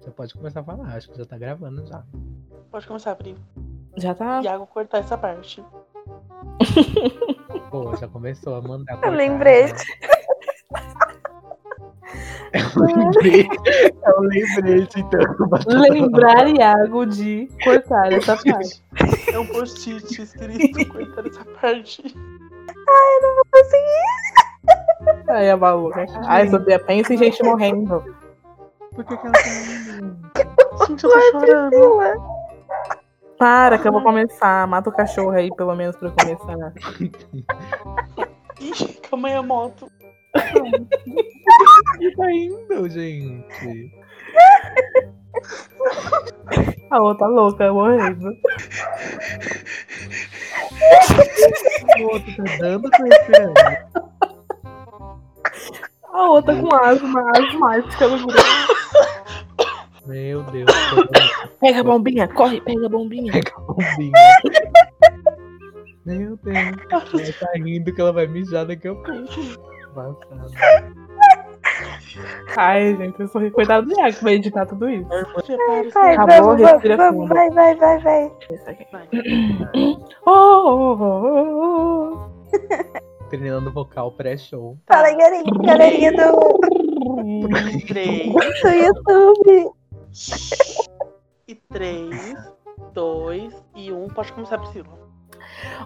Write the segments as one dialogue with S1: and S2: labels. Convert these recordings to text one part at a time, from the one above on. S1: Você pode começar a falar, acho que já tá gravando já.
S2: Pode começar, Pri.
S3: Já tá.
S2: Iago, cortar essa parte.
S1: Pô, já começou a mandar.
S4: Eu lembrei.
S1: Eu lembrei. Eu lembrei, então. bateu.
S3: Lembrar Iago de cortar essa parte.
S2: É um post-it escrito, cortar essa parte.
S3: Ai, a maluca. Ai, Sofia, pensa em gente morrendo.
S1: Por que, que ela tá mandando?
S2: Gente, eu tô chorando.
S4: Priscila.
S3: Para, que eu vou começar. Mata o cachorro aí, pelo menos, pra eu começar.
S2: Ih, calma aí a moto.
S1: Ele tá indo, gente.
S3: A outra louca, morrendo.
S1: O outro tá dando pra esse
S3: A outra com asma, asmática no grupo.
S1: Meu Deus. tô
S3: Pega a bombinha, corre, pega a bombinha.
S1: Pega a bombinha. Meu Deus. Ela tá rindo que ela vai mijar daqui a pouco. Passada.
S3: Ai, gente, eu sou coitado do Iago que vai editar tudo isso.
S4: Vai,
S2: Prepara-se.
S3: Acabou,
S4: vamos, vamos,
S3: respira
S4: vamos,
S3: fundo.
S4: vai, vai, vai, vai.
S2: Vai.
S3: Oh, oh, oh, oh,
S1: Treinando vocal pré-show.
S4: Fala aí, galerinha, galerinha do,
S3: oh.
S2: Um, Três.
S4: do YouTube.
S2: E três, dois e um. Pode começar, Priscila.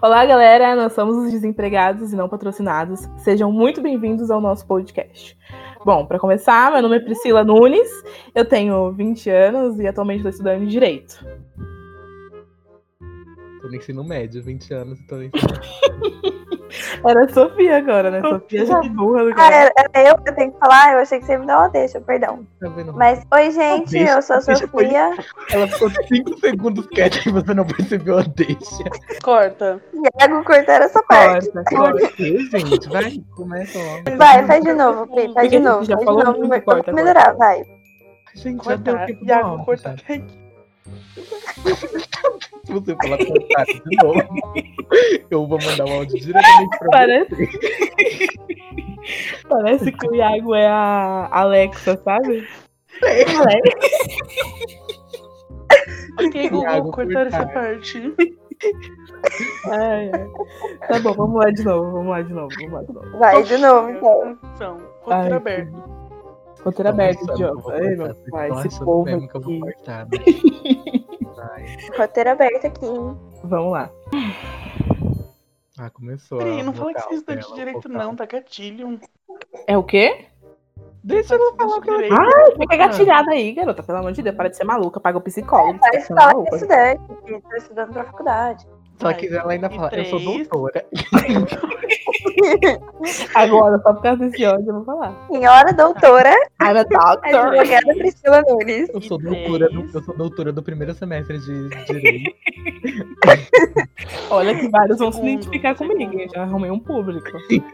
S3: Olá, galera! Nós somos os desempregados e não patrocinados. Sejam muito bem-vindos ao nosso podcast. Bom, para começar, meu nome é Priscila Nunes, eu tenho 20 anos e atualmente estou estudando Direito.
S1: Tô no ensino médio, 20 anos, tô no ensino
S3: Era a Sofia agora, né? Sofia já burra do
S4: Ah,
S3: cara.
S4: era, era eu que eu tenho que falar? Eu achei que você me deu uma deixa, perdão.
S1: tá vendo?
S4: Mas, oi, gente,
S1: Deixa,
S4: eu sou a
S1: deixa, foi-
S4: Sofia.
S1: Ela ficou 5 segundos quieta e você não percebeu a deixa.
S2: Corta.
S4: Iago, cortar essa parte.
S3: Corta,
S1: Por
S3: corta.
S1: quê, gente? Vai, começa logo.
S4: Vai, faz de novo, Pri, faz de
S3: Ele
S4: novo.
S3: já
S4: Faz de
S3: falou
S4: novo,
S3: muito,
S4: vamos
S3: corta,
S4: melhorar, vai.
S1: Gente, já deu
S2: Cortar.
S1: tempo do
S2: Iago,
S1: áudio,
S2: corta.
S1: sabe? Se você falar cortar de novo, eu vou mandar o áudio diretamente pra você.
S3: Parece... Parece que o Iago é a Alexa, sabe? Alexa.
S2: Ok,
S1: Iago,
S2: Google, cortar essa
S1: cortar.
S2: parte.
S3: Ai, ai. é, Tá bom, vamos lá de novo, vamos lá de novo, vamos lá de novo.
S4: Vai, de novo, então.
S2: Então, roteiro
S3: Ai,
S2: aberto.
S1: Tá
S3: Roteiro aberto, idiota. Ai, meu pai, esse povo
S1: mesmo que eu vou
S3: aqui.
S1: cortar. né? Vai.
S4: Roteiro aberto aqui, hein?
S3: Vamos lá.
S1: Ah, começou.
S2: Peraí,
S1: a
S2: não fala que
S1: vocal
S2: você estudante de
S1: dela,
S2: direito,
S1: vocal.
S2: não, tá gatilho.
S3: É o quê?
S1: Deixa ela falar o que ela é
S2: Direito. Ah,
S3: Fica gatilhada aí, garota. Pelo amor de Deus, para de ser maluca. Paga o psicólogo. Tá
S4: Vai
S3: ficando
S4: falar que é
S3: maluca.
S4: estudante, que tá estudando pra faculdade.
S1: Só que ela ainda
S2: E
S1: fala, eu sou
S2: três.
S1: doutora.
S3: Agora, só por causa desse ódio, eu vou falar.
S4: Senhora doutora,
S3: I'm a doctor.
S4: advogada Priscila Nunes.
S1: Eu
S2: E
S1: sou doutora, do,
S2: três.
S1: eu sou doutora do primeiro semestre de direito.
S3: Olha que vários vão se
S2: Segundo,
S3: identificar comigo.
S2: segundo.
S3: Eu já arrumei um público.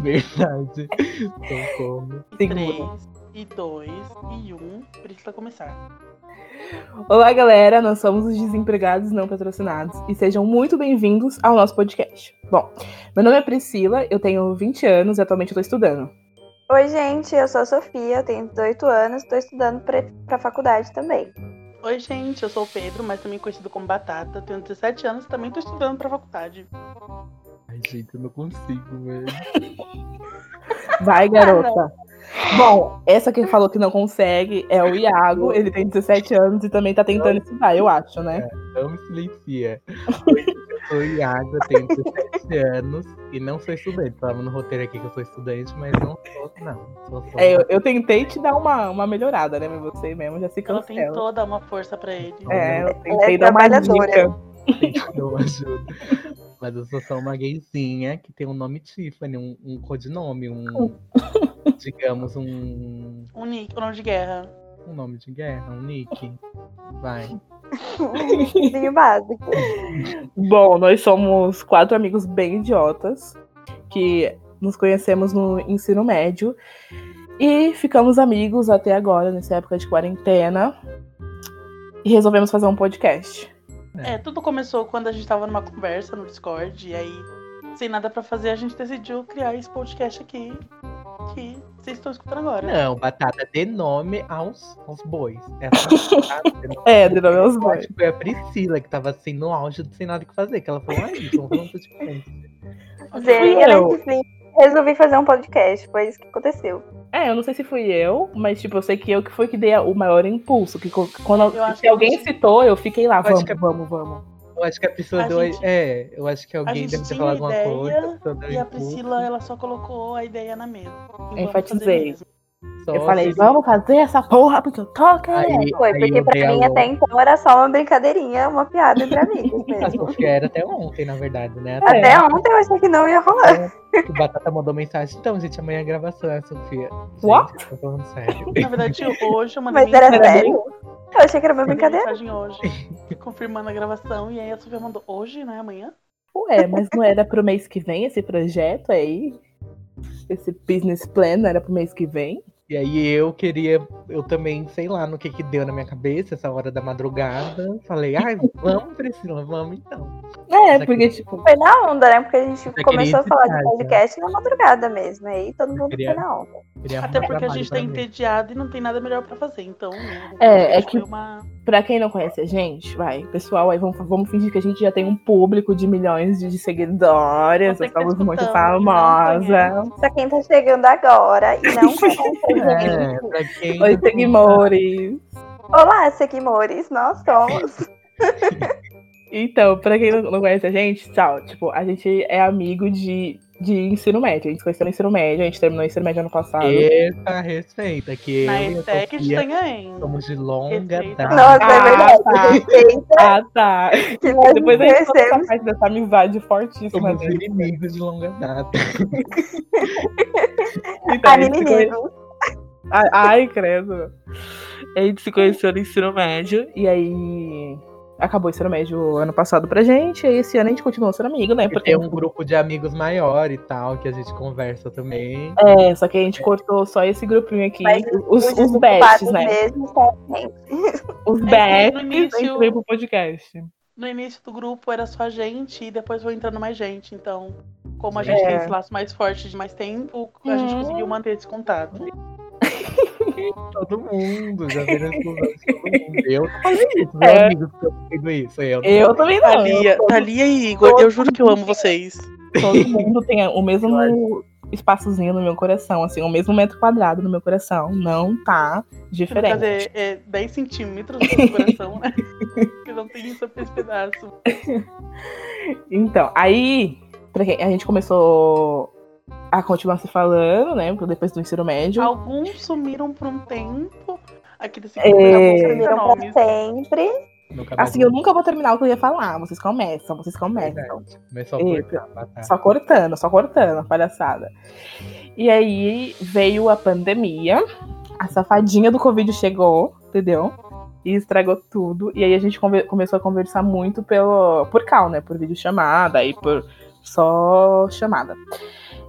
S1: Verdade. Socorro.
S3: Seguro.
S2: Três, e dois, e um. Priscila começar.
S3: Olá, galera. Nós somos os desempregados não patrocinados. E sejam muito bem-vindos ao nosso podcast. Bom, meu nome é Priscila, eu tenho 20 anos e atualmente estou estudando.
S4: Oi, gente, eu sou a Sofia, eu tenho 18 anos, estou estudando pra, pra faculdade também.
S2: Oi, gente, eu sou o Pedro, mas também conhecido como Batata. Tenho 17 anos e também tô estudando pra faculdade.
S1: Ai, gente, eu não consigo, velho.
S3: Vai, garota. Bom, essa que falou que não consegue é o Iago. Ele tem 17 anos e também tá tentando estudar, eu acho, né?
S1: Não me silencia. Oi, eu sou o Iago, eu tenho 17 anos e não sou estudante. Tava no roteiro aqui que eu sou estudante, mas não sou, não. Sou só.
S3: É, eu, eu tentei te dar uma, uma melhorada, né? Mas você mesmo já se
S2: Ela tem
S3: cancela.
S2: Então, toda uma força pra ele.
S3: É, eu
S4: Ela
S3: tentei
S4: é
S3: dar uma
S4: trabalhadora.
S3: dica.
S1: Não ajuda. Mas eu sou só uma gayzinha que tem um nome Tiffany, um, um codinome, um. digamos, um,
S2: Um nick, um nome de guerra.
S1: um nome de guerra, um nick. Vai.
S4: Ensino básico.
S3: Bom, nós somos quatro amigos bem idiotas que nos conhecemos no ensino médio e ficamos amigos até agora, nessa época de quarentena. E resolvemos fazer um podcast.
S2: É, tudo começou quando a gente tava numa conversa no Discord, e aí, sem nada pra fazer, a gente decidiu criar esse podcast aqui. que vocês estão escutando agora.
S1: Não, batata dê nome aos, aos bois. Essa batata dê nome
S3: É, de nome aos
S1: Eu
S3: bois.
S1: acho que Foi a Priscila que tava assim no auge do sem nada o que fazer, que ela falou, ah, isso é um romance diferente.
S4: Zerei a
S3: eu.
S4: Netflix. assim, Resolvi fazer um podcast, foi isso que aconteceu.
S3: É, eu não sei se fui eu, mas tipo, eu sei que eu que foi que dei a- o maior impulso. Que co- quando
S2: Eu acho
S3: se
S2: que
S3: alguém
S2: eu-
S3: citou, eu fiquei lá,
S1: acho
S3: vamos,
S1: que-
S3: vamos, vamos.
S1: Eu acho que a Priscila
S2: A
S1: deu.
S2: gente-
S1: é, eu acho que alguém
S2: gente
S1: deve ter
S2: tinha
S1: falado alguma
S2: ideia,
S1: coisa. a Priscila deu
S2: E a
S1: impulso,
S2: Priscila, ela só colocou a ideia na mesa. E vamos
S3: Enfatizei.
S2: fazer mesmo.
S1: só
S3: Eu falei,
S1: se-
S3: vamos fazer essa porra, porque eu tô querendo.
S1: Aí,
S4: Foi,
S1: aí
S4: porque
S1: eu dei um
S4: pra
S1: a
S4: mim
S1: louca.
S4: até então era só uma brincadeirinha, uma piada entre amigos
S1: Mas
S4: mesmo.
S1: porque era até ontem, na verdade, né?
S3: É.
S4: Até ontem eu achei que não ia rolar.
S1: O Batata mandou mensagem. Então, gente, amanhã é a gravação, né, Sofia? Gente,
S3: What?
S1: eu Tô falando sério.
S2: Na verdade, hoje é eu mandei
S4: Mas era
S2: mensagem-
S4: sério? Eu achei que era uma
S2: mandei
S4: brincadeira.
S2: mensagem hoje, confirmando a gravação. E aí a Sofia mandou hoje, né? Amanhã.
S3: Ué, mas não era pro mês que vem esse projeto aí? Esse business plan não era pro mês que vem?
S1: E aí eu queria, eu também, sei lá, no que que deu na minha cabeça, essa hora da madrugada. Falei, ai, vamos, Priscila, vamos então.
S3: É,
S1: Mas
S3: porque tipo,
S4: Foi na onda, né? Porque a gente
S1: queria
S4: começou a falar de
S1: intimidade, né?
S4: podcast na madrugada mesmo. Aí todo mundo
S1: queria-
S4: foi na onda.
S1: Queria arrumar
S2: Até porque a
S1: Ah, trabalho
S2: gente tá
S1: pra mim.
S2: entediado e não tem nada melhor pra fazer. Então, né,
S3: É, é que-
S2: foi uma-
S3: pra quem não conhece a gente, vai, pessoal, aí vamos, vamos fingir que a gente já tem um público de milhões de, de seguidores,
S2: Você
S3: nós
S2: que tá
S3: somos muito
S2: escutando,
S3: famosa.
S4: Só quem tá chegando agora e não
S3: tipo,
S4: conhece. a
S1: É,
S4: gente.
S1: pra quem
S3: Oi, seguimores.
S4: Olá, seguimores. Nós somos.
S3: Então, pra quem não não conhece a gente, tchau. Tipo, a gente é amigo de, de ensino médio. A gente se conheceu no ensino médio, a gente terminou o ensino médio ano passado.
S1: É, Eita, respeita, que
S2: na
S1: eu e a
S2: ETEC de
S1: Sofia
S2: Tanhaém.
S1: somos de longa
S2: tipo, assim, Respeita.
S1: data.
S4: Nossa, é verdade.
S3: Ah, tá. Ah, tá.
S4: Que nós
S3: Depois a gente conta essa
S4: conhecemos.
S3: parte dessa amizade fortíssima.
S1: Somos
S3: Né?
S1: inimigos de longa data.
S3: Então, a gente se conhe-
S4: Anime
S3: Ai, ai, credo. A gente se conheceu no ensino médio. E aí. Acabou o ensino médio ano passado pra gente. E esse ano a gente continuou sendo amigo, né?
S1: E Tem um grupo de amigos maior e tal, que a gente conversa também.
S3: É, só que a gente cortou só esse grupinho aqui.
S4: Mas
S3: Os, os bestes, né?
S4: Mesmo, são gente.
S3: Os
S2: que
S3: backs
S2: no
S3: início...
S2: início-
S3: incluem pro podcast.
S2: No início do grupo era só a gente e depois foi entrando mais gente. Então, como a gente
S3: É.
S2: tem esse laço mais forte de mais tempo, a gente
S3: Hum.
S2: conseguiu manter esse contato.
S1: Todo mundo, já viram as conversas de todo mundo. Eu não falei isso, meus
S3: É.
S1: amigos estão ouvindo isso. Eu não
S3: Eu também não. Eu-
S2: Thalia e Igor, eu juro que eu amo vocês.
S3: Todo mundo tem o mesmo espaçozinho no meu coração, assim, o mesmo metro quadrado no meu coração. Não tá
S2: Quer
S3: diferente.
S2: dizer, é 10 centímetros do coração, né? Porque não tem isso pra esse pedaço.
S3: Então, aí pra quem- a gente começou a continuar se falando, né? Depois do ensino médio.
S2: Alguns sumiram por um tempo. Aqui desse
S3: É.
S2: grupo acabou sem
S4: Sumiram pra
S2: nomes.
S4: sempre.
S1: nunca mais
S3: Assim, eu nunca vou terminar o que eu ia falar. Vocês começam, vocês começam.
S1: Verdade. Começou a
S3: Eita.
S1: cortar, batata.
S3: Só cortando, só cortando, a palhaçada. E aí veio a pandemia, a safadinha do Covid chegou, entendeu? E estragou tudo. E aí a gente conver- começou a conversar muito pelo, por cal, né? Por videochamada e por só chamada.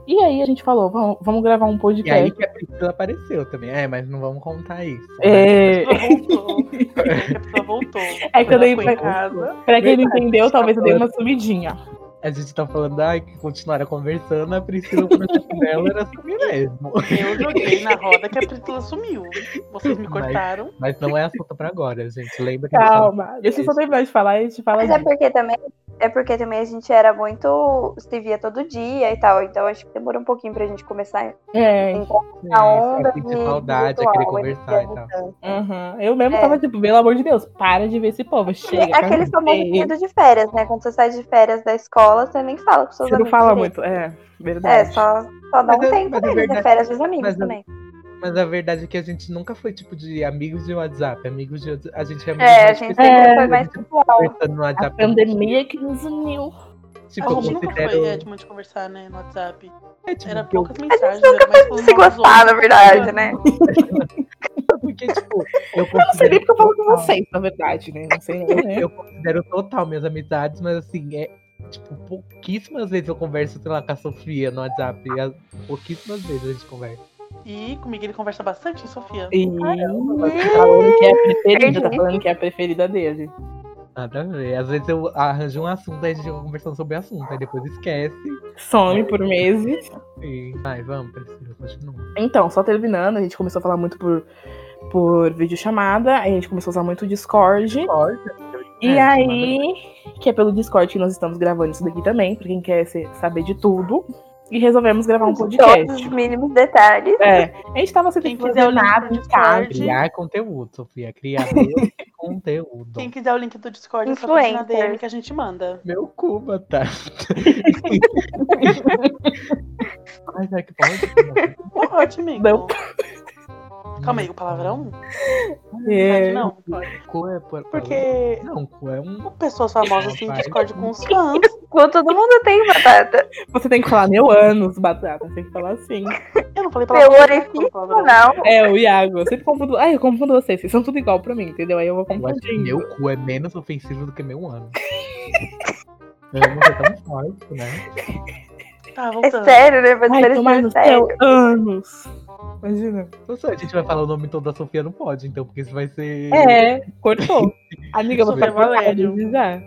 S3: E aí a gente falou, vamos, vamos gravar um
S1: E aí
S3: podcast.
S1: que a Priscila apareceu também. É, mas não vamos contar isso.
S3: É,
S2: A pessoa voltou. A pessoa voltou.
S3: É que eu dei
S2: Ela foi em
S3: pra-
S2: casa.
S3: pra quem não
S1: Verdade,
S3: entendeu,
S1: tá
S3: talvez eu dei uma sumidinha.
S1: A gente tá falando, ai, que continuaram conversando, a Priscila, o projeto dela era assim mesmo.
S2: Eu joguei na roda que a Priscila sumiu. Vocês me
S1: Mas-
S2: cortaram.
S1: Mas não é assunto pra agora, gente. Lembra que a gente tava
S3: Calma, deixa eu só terminar de falar e a gente fala
S4: Mas é
S3: disso.
S4: porque também é porque também a gente era muito. se via todo dia e tal. Então acho que demorou um pouquinho pra gente começar
S3: É,
S1: É,
S4: a onda.
S1: eu senti
S4: de-
S1: saudade,
S4: virtual,
S1: eu queria
S4: a
S1: conversar e
S4: energia
S1: tal.
S4: distante.
S3: Aham. Eu mesmo
S4: É.
S3: tava tipo, pelo amor de Deus, para de ver esse povo. Chega.
S4: É aquele famoso
S3: cansei.
S4: período de férias, né? Quando você sai de férias da escola, você nem fala com seus
S3: Você
S4: amigos.
S3: não fala
S4: direito.
S3: muito, é,
S4: É,
S3: verdade.
S4: só, só dá um
S1: Mas é-
S4: tempo
S1: mas é
S4: neles,
S1: verdade.
S4: é férias dos amigos
S1: Mas é-
S4: também.
S1: Mas a verdade é que a gente nunca foi tipo de amigos de WhatsApp, amigos de a gente é amigo
S4: É, a
S1: de
S4: gente
S1: pessoas,
S4: sempre
S1: a
S4: foi
S1: gente
S4: mais
S1: tá
S4: pessoal.
S1: conversando no
S3: a
S1: WhatsApp.
S3: pandemia que nos uniu.
S1: Tipo,
S2: A
S1: eu
S2: gente nunca foi é,
S1: considero.
S2: de muito conversar, né, no Whatsap.
S1: É, tipo,
S2: Era
S1: que eu-
S2: poucas mensagens.
S4: nunca
S2: era mais pelo
S4: Se
S2: nome dos
S4: gostar, na
S2: outros.
S4: verdade, né?
S1: porque, tipo, eu
S3: Eu não sei nem
S1: considero.
S3: porque eu falo com vocês, na verdade, né? Não sei eu, né?
S1: Eu considero total minhas amizades, mas assim, é. Tipo, pouquíssimas vezes eu converso, sei lá, com a Sofia no WhatsApp. e as- Pouquíssimas vezes a gente conversa.
S2: E comigo ele conversa bastante, hein, Sofia.
S3: E... Tá falando que é a preferida, tá
S4: Entendi.
S3: falando que é a preferida dele.
S1: Nada a ver. Às vezes eu arranjo um assunto, aí a gente fica conversando sobre o assunto, aí depois esquece.
S3: Some por meses.
S1: E vai, vamos, Priscila, continua.
S3: Então, só terminando, a gente começou a falar muito por, por videochamada, a gente começou a usar muito o Discord. E
S1: É,
S3: aí, que é pelo Discord que nós estamos gravando isso daqui também, pra quem quer se- saber de tudo. E resolvemos gravar um
S4: Todos os
S3: podcast.
S4: mínimos detalhes.
S3: É, a gente tava sem
S2: Quem
S3: fazer
S2: quiser o link
S3: nada
S2: do
S3: em casa.
S2: Discord.
S1: Criar conteúdo, Sofia. Criar meu conteúdo.
S2: Quem quiser o link do Discord, é só pedir na
S4: Influencers.
S2: DM que a gente manda.
S1: Meu Cuba, tá? Ai, será que pode?
S2: Pode, amigo.
S3: Não.
S2: Calma aí, o palavrão?
S3: É.
S2: Verdade, Não, pode.
S1: Cu é por-
S2: Porque
S1: Não, cu é um.
S2: pessoas famosas têm
S1: Rapaz.
S2: Discord com os fãs.
S4: Quando todo mundo tem batata.
S3: Você tem que falar meu anos, batata. Tem que falar assim.
S2: Eu não falei
S4: Meu
S2: palavrão.
S4: orifício anal.
S3: É, o Iago. Eu sempre confundo. Ai, eu confundo vocês. Vocês são tudo igual pra mim, entendeu? Aí eu vou
S1: Eu acho que
S3: confundindo.
S1: meu cu é menos ofensivo do que meu ano. Ano é tão forte, né?
S2: Tá,
S4: É
S2: voltando.
S4: sério, né? Mas
S3: Ai, tomar
S4: parecendo
S3: no céu,
S4: sério.
S3: anos. Imagina.
S1: Não sei, a gente vai falar o nome todo da Sofia, não pode, então, porque isso vai ser.
S3: É, cortou. Amiga, você
S2: Sobre
S3: tá cortado
S2: Valério.
S3: desde já. é.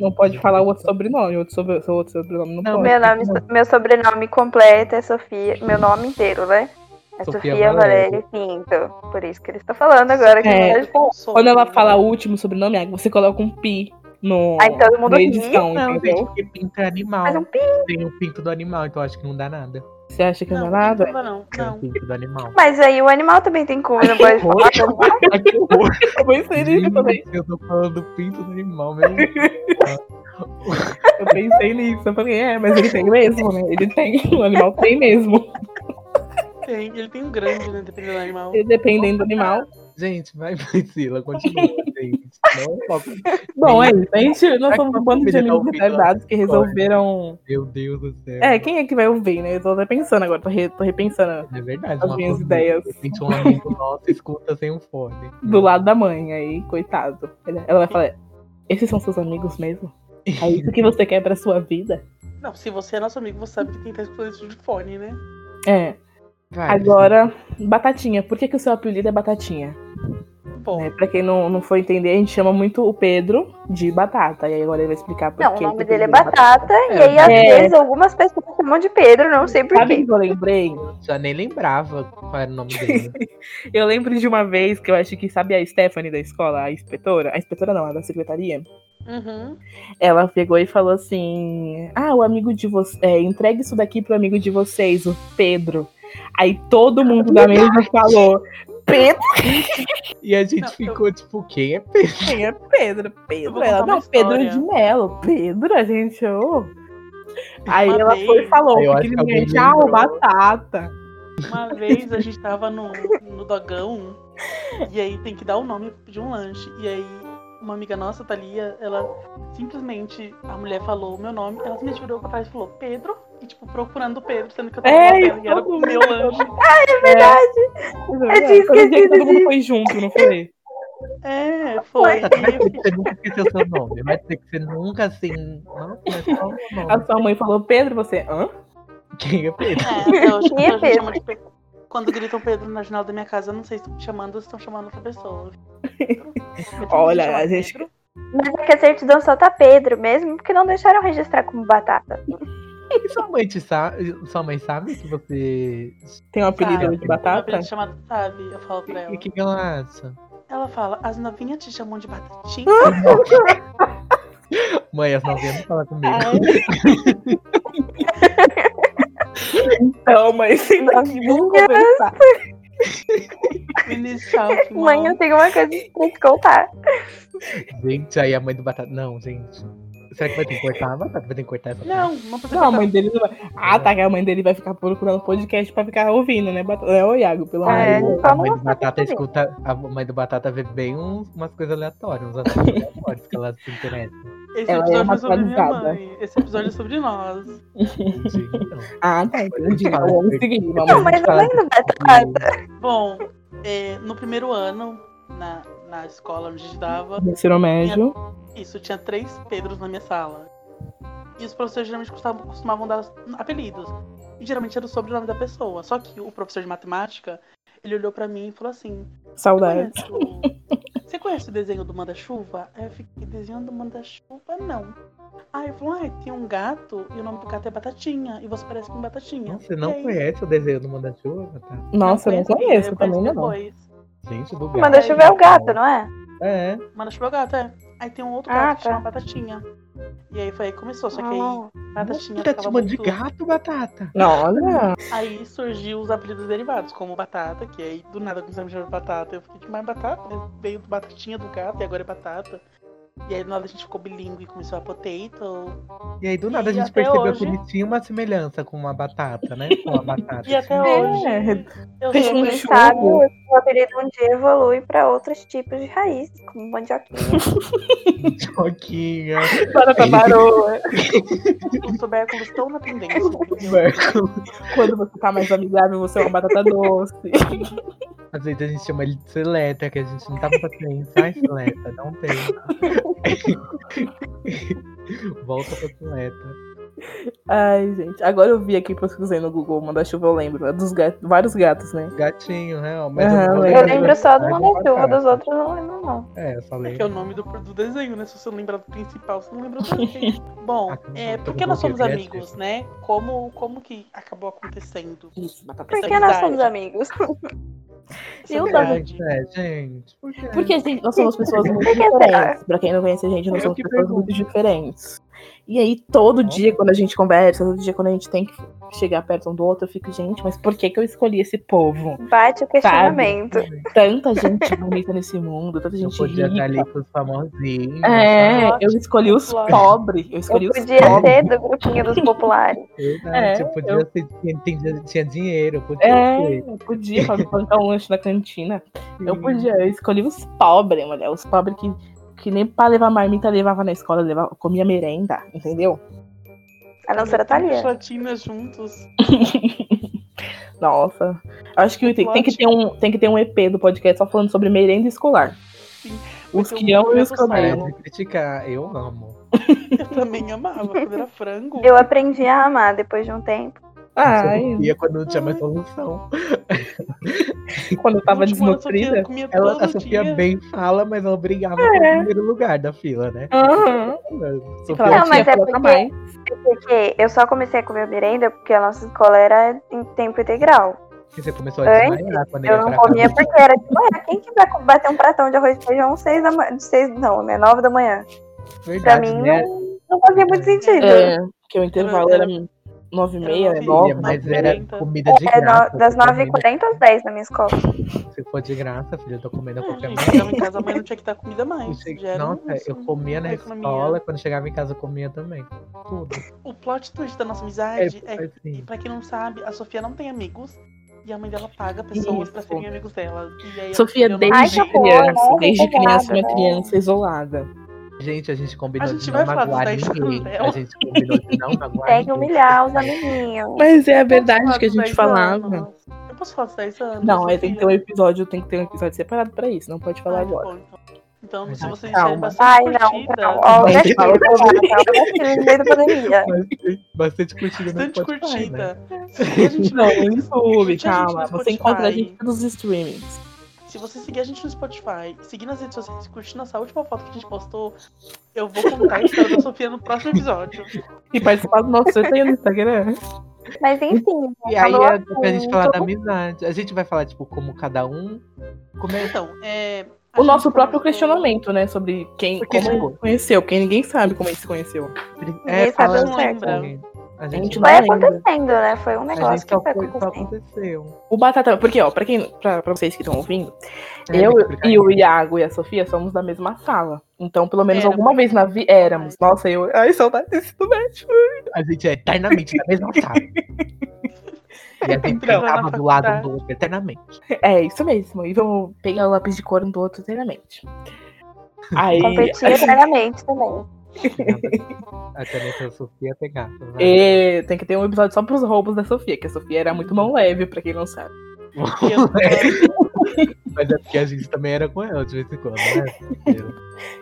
S3: Não pode falar o outro sobrenome. Outro, sobre, seu outro sobrenome não,
S1: Não,
S3: pode.
S4: Meu, nome, meu sobrenome completo é Sofia. Meu nome inteiro, né? É
S1: Sofia
S4: Sofia,
S1: Valério.
S4: Valério Pinto. Por isso que ele está falando agora. Que
S3: É.
S4: não pode falar.
S3: Quando ela fala o último sobrenome, aí você coloca um pi no
S4: Aí todo mundo
S3: na
S4: ri.
S3: edição,
S1: Não, gente,
S3: entendeu?
S1: porque pinto é
S4: Faz um
S1: animal.
S4: pi.
S1: Tem o pinto do animal, então acho que não dá nada.
S3: Você acha que
S2: não,
S3: não, é
S2: não,
S3: nada?
S2: não, não,
S1: Tem o
S2: não.
S1: pinto do animal.
S4: Mas aí o animal também tem cu, não pode um falar.
S1: Ai, que horror.
S3: Eu pensei nisso também.
S1: Gente, Eu tô falando do pinto do animal, meu Deus.
S3: Eu pensei nisso. Eu falei, é, mas ele tem mesmo, né? Ele tem. O animal tem mesmo.
S2: Tem, ele tem um grande, né? Dependendo do animal.
S3: E dependendo do animal.
S1: Gente, vai, Priscila, continua, gente. Não foca.
S3: Bom, é isso. Gente, nós
S1: Será
S3: somos
S1: que
S3: um bando
S1: você
S3: de
S1: tá
S3: amigos
S1: ouvindo
S3: retardados que
S1: agora?
S3: resolveram.
S1: Meu Deus do céu.
S3: É, quem é que vai ouvir, né? Eu tô até pensando agora, tô, re- tô repensando
S1: É verdade.
S3: as
S1: uma
S3: minhas
S1: coisa-
S3: ideias.
S1: De repente, um amigo nosso escuta sem um fone.
S3: do lado da mãe, aí, coitado. Ela vai falar: esses são seus amigos mesmo? É isso que você quer pra sua vida?
S2: Não, se você é nosso amigo, você sabe que tem que estar escutando isso de fone, né?
S3: É.
S1: Vai,
S3: Agora, Batatinha. Por que, que o seu apelido é Batatinha?
S2: Bom,
S3: Né, pra quem não, não for entender, a gente chama muito o Pedro de Batata. E aí agora ele vai explicar por
S4: Não, o
S3: que
S4: nome
S3: que
S4: dele é
S3: apelido
S4: Batata. E aí, às
S3: É.
S4: vezes, algumas pessoas chamam de Pedro, não sei
S3: Sabe o
S4: porquê.
S3: que eu lembrei?
S1: Priscila. Já nem lembrava qual era o nome dele.
S3: Eu lembro de uma vez que eu acho que, sabe a Stephanie da escola, a inspetora? A inspetora não, a da secretaria?
S2: uhum.
S3: ela pegou e falou assim: Ah, o amigo de vocês. entregue isso daqui pro amigo de vocês, o Pedro. Aí todo mundo da mesa falou: Pedro?
S1: E a gente
S2: Não, eu-
S1: ficou tipo, quem é Pedro?
S3: Quem é Pedro?
S2: Eu
S3: Pedro?
S2: vou
S3: Ela,
S2: contar uma
S3: não, Pedro
S2: história."
S3: de Melo. Pedro, a gente. ô. Aí
S2: Uma
S3: ela
S2: vez-
S3: foi e falou:
S1: Aí eu acho
S3: que
S1: que
S3: ninguém
S1: alguém
S3: tinha
S1: lembrou.
S3: batata.
S2: Uma vez a gente tava no, no dogão e aí tem que dar o nome de um lanche. E aí uma amiga nossa, Thalia, ela simplesmente, a mulher falou o meu nome, ela simplesmente virou pra trás e falou Pedro, e tipo, procurando o Pedro, sendo que eu tava
S3: É,
S2: no hotel,
S3: e
S2: e era
S3: todo
S2: o meu lanche.
S3: É verdade.
S4: Eu tinha
S3: Foi no dia que
S4: esquecido
S3: todo mundo foi junto, não foi?
S2: É, foi. E aí eu fiquei,
S1: Você nunca esqueceu seu nome. Vai dizer que você nunca assim. Nossa, mas qual é o meu
S3: A
S1: nome?
S3: sua mãe falou: Pedro, você. Hã?
S1: Quem é Pedro?
S2: é, até hoje,
S4: Quem é
S2: até hoje
S4: Pedro?
S2: chama de Pedro. Quando gritam Pedro na janela da minha casa, eu não sei se estão me chamando ou se estão chamando outra pessoa. Pedro. Depois
S3: Olha,
S2: me chama
S3: a gente-
S2: Pedro.
S4: Mas é que a certidão só tá Pedro mesmo, porque não deixaram registrar como batata.
S1: E sua mãe, te sa... sua mãe sabe que você.
S3: Tem um apelido
S1: Sabe.
S3: de
S2: Uma
S3: batata?
S2: apelido chamada Sabe, eu falo pra ela.
S1: E o que, que ela acha?
S2: Ela fala, as novinhas te chamam de batatinha.
S3: Ah!
S1: Mãe, as novinhas não falam comigo.
S3: Ai. Então, mas sem daqui, vamos conversar.
S2: Inicial.
S4: Mãe, eu tenho uma coisa pra te contar.
S1: Gente, aí a mãe do Batata. Não, gente. Será que vai ter que cortar a batata? Vai ter que cortar essa parte?
S2: Não, não precisa
S3: Não, a
S2: cortar.
S3: mãe dele não vai. Ah, tá, que a mãe dele vai ficar procurando podcast pra ficar ouvindo, né? Bat- É o Iago, pelo amor
S1: Ai,
S4: É,
S3: de Deus.
S1: a
S4: só
S1: mãe do
S4: mostrar pra
S1: Batata
S4: saber.
S1: escuta. A mãe do Batata vê bem uns- umas coisas aleatórias, uns assuntos aleatórios que ela se interessa.
S2: Esse
S3: Ela é
S2: episódio
S3: uma
S2: é sobre minha
S3: atualizada.
S2: mãe. Esse episódio é sobre nós.
S1: Gente, não.
S3: Ah, tá, entendi.
S1: Fala,
S3: Vamos seguir,
S4: Não,
S3: vamos.
S1: a
S4: mas
S1: gente fala
S4: além do batata,
S2: Bom, é, no primeiro ano, na, na escola onde estudava,
S3: No ensino médio.
S2: isso, tinha três Pedros na minha sala. E os professores geralmente costumavam, costumavam dar apelidos. E geralmente era o sobrenome da pessoa. Só
S3: É,
S2: que o professor de matemática, ele olhou pra mim e falou assim:
S3: Saudades.
S2: "Conhece o- Você conhece o desenho do Manda-Chuva? Aí eu fiquei, desenho do Manda-Chuva, não. Aí eu falei, ah, tem um gato e o nome do gato é Batatinha. E você parece com Batatinha.
S1: Você
S2: E
S1: não
S2: aí,
S1: conhece o desenho do Manda-Chuva? Tá?
S3: Nossa, eu não conheço,
S2: eu
S3: também não.
S2: depois.
S1: Gente do gato.
S4: Manda chover é o gato, não é?
S1: É.
S2: Manda-Chuva é o gato, é. Aí tem um outro
S4: Ah,
S2: gato que
S4: tá.
S2: chama Batatinha. E aí foi aí que começou, só que
S3: Ah,
S2: aí Batatinha
S1: Tá te
S2: ficava
S1: chamando de
S2: muito-
S1: gato, Batata.
S3: Não, olha.
S2: Aí surgiu os apelidos derivados, como Batata, que aí do nada começou a me chamar de Batata. Eu fiquei de mais Batata, né? veio do Batatinha do gato e agora é Batata. E aí do nada a gente ficou bilíngue e começou a potato.
S1: E aí do nada a
S2: E
S1: gente
S2: até
S1: percebeu que
S2: hoje-
S1: ele tinha uma semelhança com uma batata, né? Com a batata.
S2: E até
S1: Sim.
S2: hoje
S3: É,
S2: eu
S3: Fez
S2: sou
S3: um
S4: Quem
S3: chuva.
S4: sabe o apelido um dia evolui pra outros tipos de raiz, como mandioquinha.
S1: Um Choquinha.
S3: para pra Baroa.
S2: os tubérculos estão na tendência. entendeu?
S1: Marco.
S3: Quando você tá mais amigável, você é uma batata doce.
S1: Às vezes a gente chama ele de seleta, que a gente não tá com paciência. Ai, seleta, não tem. Volta pra seleta.
S3: Ai, gente. Agora eu vi aqui pesquisei no Google, manda-chuva, eu lembro. É Dos gatos, vários gatos, né?
S1: Gatinho, né? ó,
S3: Aham,
S1: não
S3: legal.
S4: Eu lembro só do
S1: Ai,
S4: manda-chuva,
S1: batata.
S4: dos outros eu não lembro, não.
S1: É, eu só
S2: É que é o
S1: lembro.
S2: nome do, do desenho, né? Se você não lembrar do principal, você não lembra do desenho. Bom,
S1: Ah, como
S2: é,
S1: eu tô
S2: por que nós
S1: com
S2: somos
S1: diabetes?
S2: amigos, né? Como, como que acabou acontecendo?
S3: Isso, batata
S4: Por que nós somos amigos? Por
S2: essa
S3: Eu
S1: Ai,
S2: amizade?
S1: é, gente. Por quê?
S3: Porque gente, nós somos pessoas muito
S4: que será?
S3: diferentes. Pra quem não conhece a gente, nós
S1: Eu
S3: somos
S1: que
S3: pessoas
S1: pergunto.
S3: muito diferentes. E aí, todo dia, quando a gente conversa, todo dia, quando a gente tem que chegar perto um do outro, eu fico, gente, mas por que, que eu escolhi esse povo?
S4: Bate o questionamento.
S3: Tanta gente bonita nesse mundo, tanta
S1: Eu
S3: gente
S1: podia estar ali né?
S3: rica.
S1: com os famosinhos.
S3: É,
S1: sabe?
S3: eu escolhi os
S2: Claro.
S3: pobres. Eu escolhi
S4: Eu
S3: os
S4: podia
S3: pobres.
S4: ser do grupinho dos populares.
S1: Verdade,
S3: É,
S1: né? eu podia
S3: eu-
S1: ser- tinha- tinha, tinha dinheiro, eu podia
S3: É,
S1: ser.
S3: eu podia pra plantar um lanche na cantina. Eu
S1: Sim.
S3: podia, eu escolhi os pobres, mulher. Os pobres que, que nem pra levar marmita levava na escola, levava, comia merenda, entendeu?
S4: A não ser a Thalia.
S2: Latinas juntos.
S3: Nossa. Acho que tem, tem que ter um, tem que ter um EP do podcast só falando sobre merenda escolar.
S2: Sim,
S3: Os
S2: vai ter
S3: que
S2: um
S3: amam e os que
S2: frango
S1: Para
S3: odeiam.
S1: de criticar, eu amo.
S2: Eu também amava quando era frango.
S4: Eu aprendi a amar depois de um tempo.
S1: É.
S3: Ai,
S1: E quando não tinha mais solução.
S3: quando eu tava
S2: No último ano, a Sofia
S3: desnutrida.
S2: comia
S1: Ela,
S2: todo
S1: a Sofia
S2: dia.
S1: bem fala, mas ela brigava pelo primeiro lugar da fila, né?
S3: Aham.
S1: Sofia,
S4: Não,
S3: Não,
S4: mas
S3: mas
S4: é porque- Porque eu só comecei a comer merenda porque a nossa escola era em tempo integral.
S1: você começou a desmaiar quando
S4: Eu
S1: ia
S4: não
S1: pra casa.
S4: comia porque era de manhã. Quem que vai bater um pratão de arroz e feijão às seis da manhã? Seis, não, né? Nove da manhã. Pra
S1: Verdade,
S4: mim
S1: né?
S4: não, não fazia muito sentido.
S3: É, que o intervalo era nove e meia,
S2: Era
S1: Comia,
S2: nove.
S1: mas
S3: 9
S2: nove e
S1: era
S2: quarenta.
S1: comida de
S4: É,
S1: graça.
S4: no- das
S1: você comia,
S4: 9h40 às 10 na minha escola.
S1: Se for de graça, filha, eu tô comendo a
S2: Não,
S1: qualquer
S2: gente,
S1: momento.
S2: chegava em casa, a mãe não tinha que dar comida
S1: Eu
S2: mais.
S1: cheguei-
S2: Já era um
S1: Nossa, eu
S2: almoço.
S1: comia na
S2: a economia.
S1: escola, quando chegava em casa eu comia também. Tudo.
S2: O plot twist da nossa amizade é, que,
S1: assim,
S2: pra quem não sabe, a Sofia não tem amigos. E a mãe dela paga pessoas pra
S3: Isso.
S2: serem amigos dela. E aí a Sofia
S3: Sofia,
S2: não
S4: Ai,
S3: desde
S4: que
S2: tem.
S4: horror,
S3: criança,
S4: né?
S3: desde criança,
S4: Isolada,
S3: uma criança é isolada.
S1: Gente, a gente combinou
S2: A gente
S1: de
S2: vai
S1: não
S2: falar dos
S1: magoar
S2: dez anos
S1: ninguém.
S2: dela.
S1: A gente combinou de não magoar
S4: Tem
S1: ninguém.
S4: que humilhar os amiguinhos.
S3: Mas é a
S2: Posso
S3: verdade que a
S2: falar dos
S3: gente
S2: 10
S3: falava.
S2: anos? Eu posso falar dos 10 anos?
S3: Não, aí tem que ter um
S2: Sofia?
S3: episódio, tem que ter um episódio separado pra isso, não pode falar
S2: Ah,
S3: agora.
S2: bom, então. Então, se
S1: Ai,
S2: vocês
S3: calma.
S2: estiverem
S4: Ai,
S2: bastante
S4: não,
S2: curtida,
S4: não. Ó, o
S1: Vai
S4: gatilho,
S1: ter-
S4: calma, calma, o gatilho no meio da pandemia.
S1: Bastante- Bastante curtida no
S2: bastante
S1: Spotify, né?
S2: curtida. Se a gente
S3: Não,
S2: não-
S3: no YouTube,
S2: Se a gente
S3: calma.
S2: no
S3: Você encontra a
S2: Spotify-
S3: gente nos streamings.
S2: Se você seguir a gente no Spotify, seguir nas redes sociais, curtir nossa última foto que a gente postou, eu vou contar a história da Sofia no próximo episódio.
S3: E participar do nosso sorteio no Instagram.
S4: Mas enfim,
S1: E aí
S4: falou
S1: é pra gente falar da
S4: assunto.
S1: amizade. A gente vai falar, tipo, como cada um. Como é
S2: Então, é. a
S3: O
S2: gente
S3: nosso próprio
S2: começou-
S3: questionamento, né? Sobre quem
S1: Porque
S3: como
S1: chegou.
S3: se conheceu, quem ninguém sabe como ele se conheceu.
S1: É,
S4: Ninguém sabe
S1: fala-
S4: ao certo.
S1: A
S3: A gente
S1: gente,
S3: não
S4: Foi
S3: lembra.
S4: acontecendo, né? Foi um
S1: a gente
S4: negócio
S1: só,
S4: que foi
S1: foi, só
S4: acontecendo.
S1: aconteceu.
S3: O Batata. Porque, ó, pra quem. Pra, pra vocês que estão ouvindo,
S1: É, tem
S3: eu
S1: que explicar
S3: e o
S1: isso.
S3: Iago e a Sofia somos da mesma sala. Então, pelo menos
S2: Éramos.
S3: alguma vez na vida. Éramos. Nossa, eu. Ai, saudade desse estudante.
S1: A gente é eternamente da mesma sala. E a gente
S2: Entrava na
S1: tava do lado um
S2: faculdade.
S1: do outro eternamente.
S3: É, isso mesmo. E vamos pegar o lápis de cor um do outro inteiramente. Aí.
S4: Competia eternamente também.
S1: Até nessa Sofia pegar. vai.
S3: É, tem que ter um
S1: É.
S3: episódio só pros roubos da Sofia, que a Sofia era muito mão leve, pra quem não sabe.
S2: E eu-
S1: Mas é porque a gente também era com ela de vez em quando, né?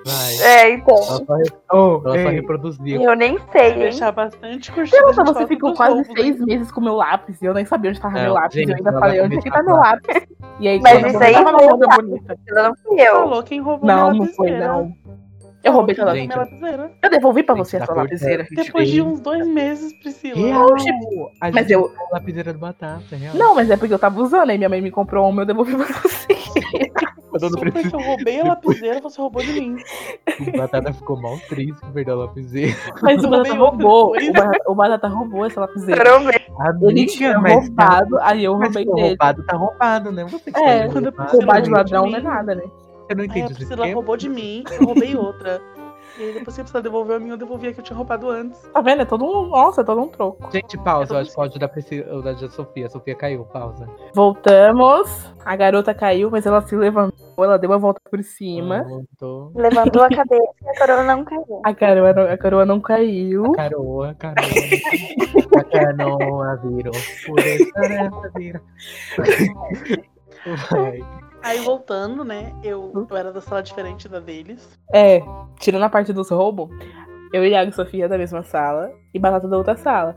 S1: Vai.
S4: É, então.
S1: Ela só, re-
S5: Oh,
S1: ela só
S5: ei,
S1: reproduzia.
S4: Eu nem sei, hein?
S2: Deixar bastante curtido.
S3: Nossa, você ficou quase seis meses com meu lápis e eu nem sabia onde tava
S1: Não,
S3: meu lápis.
S1: É, gente,
S3: eu ainda
S1: ela
S3: falei,
S1: vai
S3: onde é que
S1: começar
S3: tá meu
S1: a
S3: lápis? E aí,
S4: Mas
S3: quando
S4: isso
S3: eu
S4: aí
S3: tava
S4: foi
S3: na onda
S4: lá.
S3: bonita.
S4: Ela não fui eu.
S2: Falou quem roubou
S3: Não,
S2: minha
S3: não foi,
S2: lapiseira.
S3: não. Eu roubei
S2: Falou
S3: pela
S2: quem roubou minha lapiseira.
S3: Eu devolvi pra
S1: Gente,
S3: você a
S1: tá
S3: sua
S1: cortando.
S3: lapiseira.
S2: Depois de um-
S1: Gente,
S2: uns dois meses, Priscila.
S1: Real,
S3: tipo,
S1: a
S3: mas
S1: gente
S3: eu-
S1: usou a lapiseira do batata, real.
S3: Não, mas é porque eu tava usando, aí minha mãe me comprou uma, eu devolvi pra você.
S1: Quando eu não
S2: Super
S1: preciso,
S2: que eu roubei a lapiseira, você roubou de mim.
S1: o batata ficou mal triste que perdeu a lapiseira.
S3: Mas
S2: Roubei
S3: o Batata
S2: outra
S3: roubou.
S2: coisa.
S3: O Batata, o Batata roubou essa lapiseira.
S4: Quero ver.
S3: Ele tinha roubado, aí eu
S1: Mas
S3: roubei
S1: foi
S3: dele.
S1: roubado, tá roubado, né? Você que
S3: É,
S1: faz
S2: quando a
S1: roubado,
S2: Priscila
S3: Roubar de
S1: né?
S3: ladrão não é nada, né?
S1: Eu não
S2: Aí a
S1: entendi esse
S2: É, Priscila
S1: esquema.
S2: roubou de mim, eu roubei outra. E aí depois que a Priscila devolveu a minha, eu devolvi a que eu tinha roubado antes.
S3: Tá vendo? É todo um. Nossa, é todo um troco.
S1: Gente, pausa, eu acho que o áudio da Priscila, o da Sofia. A Sofia caiu, pausa.
S3: Voltamos. A garota caiu, mas ela se levantou, ela deu uma volta por cima.
S1: Voltou.
S4: Levantou a cabeça e a coroa não caiu.
S3: A coroa, a coroa não caiu.
S4: Hum?
S1: A caroa, a caroa. a canoa virou. Por essa nessa vira. Vai.
S2: Aí voltando, né, eu, eu era da sala diferente da deles.
S3: É, tirando a parte dos roubos, eu, Iago e Sofia da mesma sala e Batata da outra sala.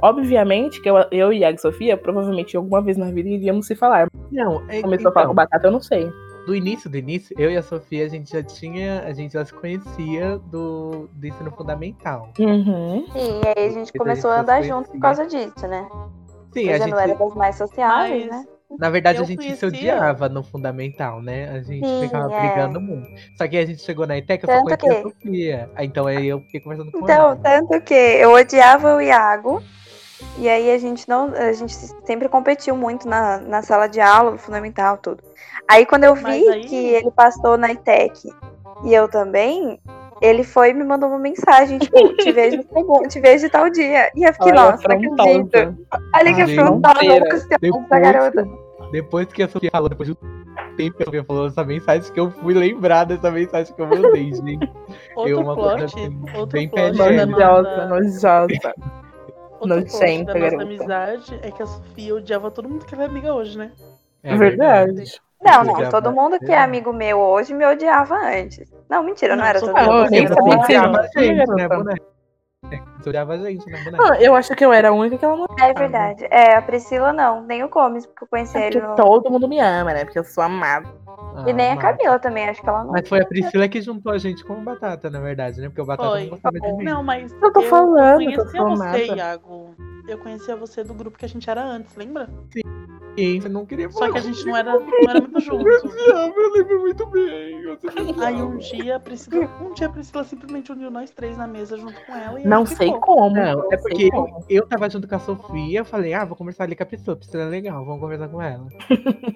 S3: Obviamente que eu, eu Iago e Sofia, provavelmente alguma vez na vida iríamos se falar.
S1: Não, é,
S3: Começou a falar com
S1: então,
S3: Batata, eu não sei.
S1: do início do início, eu e a Sofia, a gente já tinha, a gente já se conhecia do, do ensino fundamental.
S3: Uhum.
S4: Sim, e aí a gente
S1: Depois a
S4: começou
S1: gente
S4: a andar
S1: foi
S4: junto
S1: assim.
S4: por causa disso, né?
S1: Sim,
S4: Eu
S1: a
S4: já não era
S1: gente,
S4: das mais
S3: Tá,
S4: sociáveis, né?
S1: na verdade, a
S2: eu
S1: gente se
S2: conhecia-
S1: odiava no fundamental, né? A gente
S4: Sim,
S1: ficava
S4: é.
S1: brigando muito. Só que a gente chegou na ETEC, eu só
S4: Tanto
S1: conheci a
S4: que-
S1: Sofia. Ah, Então aí eu fiquei conversando com
S4: Então,
S1: ela.
S4: tanto que eu odiava o Iago. E aí a gente não. A gente sempre competiu muito na, na sala de aula, no fundamental, tudo. Aí quando eu
S2: Mas
S4: vi
S2: aí-
S4: que ele passou na ITEC e eu também, ele foi e me mandou uma mensagem, tipo, te vejo segundo, te vejo tal dia. E eu fiquei,
S3: Ela é
S4: nossa, não acredito.
S3: afrontosa.
S4: Olha que
S1: Gente,
S4: afrontosa
S1: Depois,
S4: essa garota.
S1: depois que a Sofia falou, depois de um tempo que a Sofia falou essa mensagem, que eu fui lembrar dessa mensagem que eu mandei, gente.
S2: Outro
S1: uma coisa
S2: plot,
S1: assim,
S2: outro
S1: bem
S2: plot da
S1: perversa.
S3: Nojosa,
S2: nossa,
S3: nojosa.
S2: outro plot
S3: nojenta,
S2: da nossa
S3: garota.
S2: amizade é que a Sofia odiava todo mundo que era amiga hoje, né?
S1: É
S3: verdade.
S4: Não,
S1: Já
S4: não, todo
S1: vai
S4: mundo que
S1: ser.
S4: é amigo meu hoje me odiava antes. Não, mentira, não,
S2: Não,
S4: era
S2: sou
S4: todo
S2: eu,
S4: mundo.
S3: eu nem
S4: Era
S3: sabia
S4: uma-
S3: que você era
S1: olhava a gente, né,
S3: garota.
S1: boneca? Você olhava a gente, né, boneca?
S3: Ah, eu acho que eu era a única que ela não
S1: Tá
S4: É verdade. É, a Priscila não, nem o Gomes, porque eu conheci
S1: É
S4: ele
S3: porque
S4: no.
S3: todo mundo me ama, né? Porque eu sou amada.
S1: Ah,
S4: E nem a
S1: mas-
S4: Camila também, acho que ela não.
S1: Mas foi a Priscila que juntou a gente com o Batata, na verdade, né? Porque o Batata
S2: Foi.
S1: não gostava de mim.
S2: Não, mas
S3: Eu tô falando, eu tô
S2: conhecia você,
S3: formada.
S2: Iago. Eu conhecia você do grupo que a gente era antes, lembra?
S1: E você não queria
S2: Só que
S1: falar
S2: a gente não
S1: comigo.
S2: era, não era muito junto.
S1: Eu te amo, eu lembro muito bem. eu te amo.
S2: Aí um dia a Priscila, um dia a Priscila simplesmente uniu nós três na mesa junto com ela e
S3: Não
S2: ela
S3: sei
S2: ficou.
S3: como.
S1: Não, é
S3: sei
S1: porque
S3: como.
S1: eu, eu tava junto com a Sofia, eu falei, ah, vou conversar ali com a Priscila, Priscila é legal, vamos conversar com ela.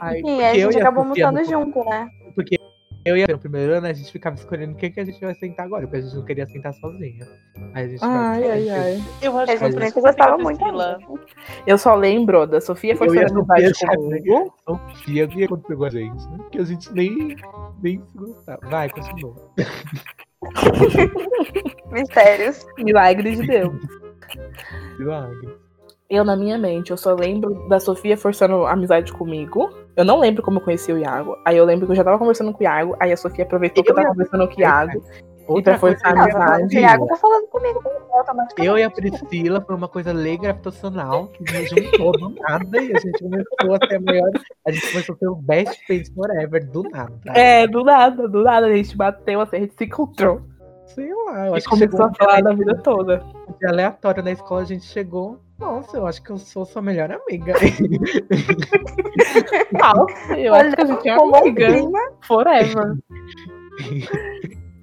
S1: Aí,
S4: Sim, a gente
S1: é e a
S4: acabou
S1: Sofia
S4: almoçando
S1: no-
S4: junto, né?
S1: Porque eu e a no primeiro ano, a gente ficava escolhendo quem que a gente vai sentar agora, porque a gente não queria sentar sozinha. Aí a gente ficava
S3: Ai, ai,
S1: discutindo.
S3: ai.
S2: Eu acho
S4: A
S2: que eu
S1: Mas-
S4: gente nem
S2: conheci
S4: se gostava muito. né?
S2: Priscila.
S4: ainda.
S3: Eu só lembro da Sofia
S1: Eu e a
S3: forçando amizade
S1: Sofia
S3: comigo.
S1: Sofia, o que aconteceu com a gente? né? Que a gente nem, nem se gostava. Vai, continua.
S4: Mistérios.
S1: É
S3: Milagre de Deus.
S1: Milagre.
S3: Eu, na minha mente, eu só lembro da Sofia forçando amizade comigo. Eu não lembro como eu conheci o Iago. Aí eu lembro que eu já tava conversando com o Iago. Aí a Sofia aproveitou que eu
S1: Eu e
S3: tava
S1: a-
S3: conversando com o Iago. pra
S1: coisa
S3: forçar a
S4: Não,
S1: que eu
S3: Então amizade.
S4: o
S1: fazia,
S4: Thiago tá falando comigo automaticamente.
S1: Eu e a Priscila foi uma coisa lei gravitacional que nos juntou do nada e a gente começou a ser maior. A gente começou a ser o best friends forever do nada.
S3: É, do nada, do nada. A gente bateu, assim, a gente se encontrou.
S1: Sei lá, eu
S3: E
S1: acho que chegou
S3: começou a
S1: um dia
S3: falar
S1: na
S3: da vida toda.
S1: Um dia aleatório na escola, a gente chegou. Nossa, eu acho que eu sou sua melhor amiga.
S3: Nossa, Ah, eu acho que a gente é amiga. Forever.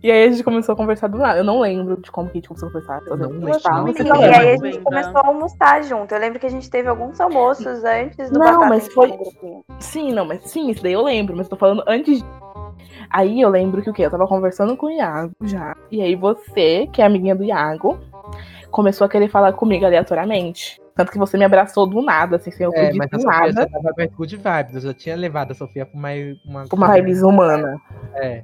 S3: E aí a gente começou a conversar do nada. Eu não lembro de como que a gente começou a conversar. Eu
S1: Não
S3: lembro que
S1: lembro.
S3: gostava,
S2: Você
S4: Sim,
S3: você
S4: e
S3: tá
S2: tava
S4: aí a
S3: lembrando.
S4: gente
S2: ainda.
S4: começou a almoçar junto. Eu lembro que a gente teve alguns almoços antes do
S3: Não,
S4: Batata.
S3: mas foi-
S4: Sim,
S3: Sim, não, mas sim, isso daí eu lembro, mas tô falando antes. de- Aí eu lembro que o quê? Eu tava conversando com o Iago já. E aí você, que é amiguinha do Iago, começou a querer falar comigo aleatoriamente. Tanto que você me abraçou do nada, assim, sem eu
S1: É,
S3: pedir
S1: mas a
S3: do
S1: Sofia já
S3: nada.
S1: tava mais good vibes. Eu já tinha levado a Sofia pra uma. Uma,
S3: Uma vibe humana.
S1: É.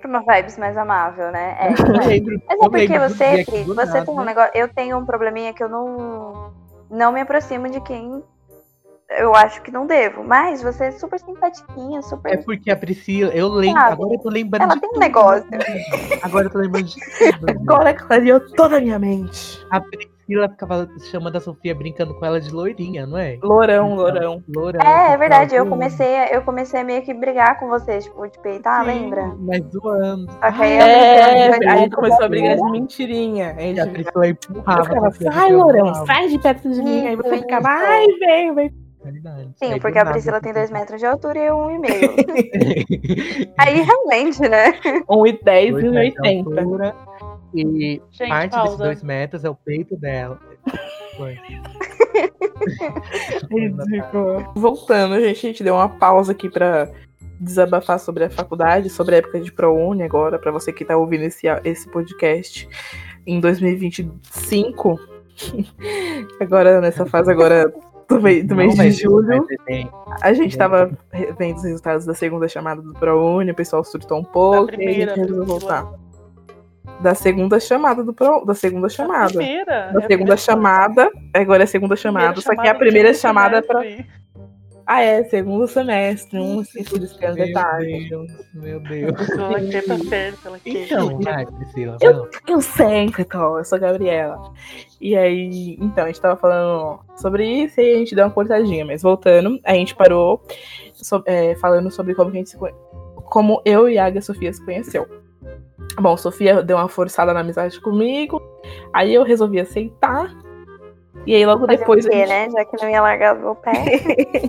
S4: pra uma vibes mais amável, né?
S1: Eu
S4: É.
S1: lembro.
S4: Mas
S1: eu
S4: é porque
S1: lembro do dia
S4: você,
S1: que
S4: Cris,
S1: do
S4: você
S1: nada- né?
S4: um tem um negócio. Eu tenho um probleminha que eu não. Não me aproximo de quem eu acho que não devo. Mas você é super simpatiquinha, super.
S1: É porque a Priscila, eu lembro.
S4: Sabe?
S1: Agora eu tô lembrando
S4: Ela
S1: de
S4: tem um
S1: tudo. né?
S4: negócio.
S1: Agora eu tô lembrando de tudo. né?
S3: Agora clareou toda a minha mente.
S1: A Priscila ficava chamando a Sofia brincando com ela de loirinha, não é?
S3: Lourão, lourão.
S1: Loura.
S4: É, é verdade. Eu comecei, a- eu comecei a meio que brigar com vocês, tipo, de peito, ah,
S2: Sim.
S4: lembra?
S1: Mas zoando.
S4: Só que aí eu
S3: É,
S4: brincando,
S3: a
S4: aí
S3: gente começou a brigar de mentirinha. A
S1: E a
S3: gente
S1: Priscila
S3: eu
S1: empurrava. a
S3: ficava,
S1: Sofia,
S3: sai,
S1: porque eu
S3: lourão,
S1: amava.
S3: sai de perto de mim. Aí você
S4: Isso,
S3: ficava,
S4: isso.
S3: ai, vem, vem.
S1: é Verdade. Aí
S4: Sim,
S1: do
S4: porque a
S1: nada, assim.
S4: Priscila tem
S1: Sofia-
S4: 2 metros de altura e eu 1,5. Aí realmente, né?
S3: 1,10
S1: Dois
S3: e
S1: metros de
S3: 1,80.
S1: altura, E
S2: Gente,
S1: parte desses
S2: pausa.
S1: dois metros é o peito dela. Foi. tá.
S3: Ridículo. Voltando, gente, a gente deu uma pausa aqui pra desabafar sobre a faculdade, sobre a época de ProUni agora, pra você que tá ouvindo esse, esse podcast em 2025. Agora, nessa fase agora do, mei- do
S1: Não
S3: mês
S1: vai
S3: de
S1: ser
S3: julho,
S1: mais desenho.
S3: a gente tava re- vendo os resultados da segunda chamada do ProUni, o pessoal surtou um pouco,
S2: Da
S3: e a
S2: primeira,
S3: gente resolveu
S2: Priscila.
S3: voltar. Da segunda chamada do Pro, da segunda
S2: A
S3: chamada.
S2: primeira, é a
S3: Da segunda
S2: primeira
S3: chamada, agora é a segunda chamada, só que a
S2: do
S3: primeira
S2: segundo
S3: chamada é pra
S2: semestre.
S3: Ah, é, segundo semestre, um ensino de pequenos
S1: Meu
S3: detalhes.
S1: Deus, meu Deus.
S2: Ela quer tá certa, ela quer.
S1: Então, vai, Priscila. vamos.
S3: Eu sempre tô, eu sou a Gabriela. E aí, então, a gente tava falando sobre isso e a gente deu uma cortadinha, mas voltando, a gente parou so- é, falando sobre como que a gente se conhe- como eu e a Aga Sofia se conheceu. Bom, Sofia deu uma forçada na amizade comigo, aí eu resolvi aceitar. E aí logo
S4: Fazer
S3: depois
S4: o
S3: a
S4: quê,
S3: gente
S4: né? Já que não ia largar o pé.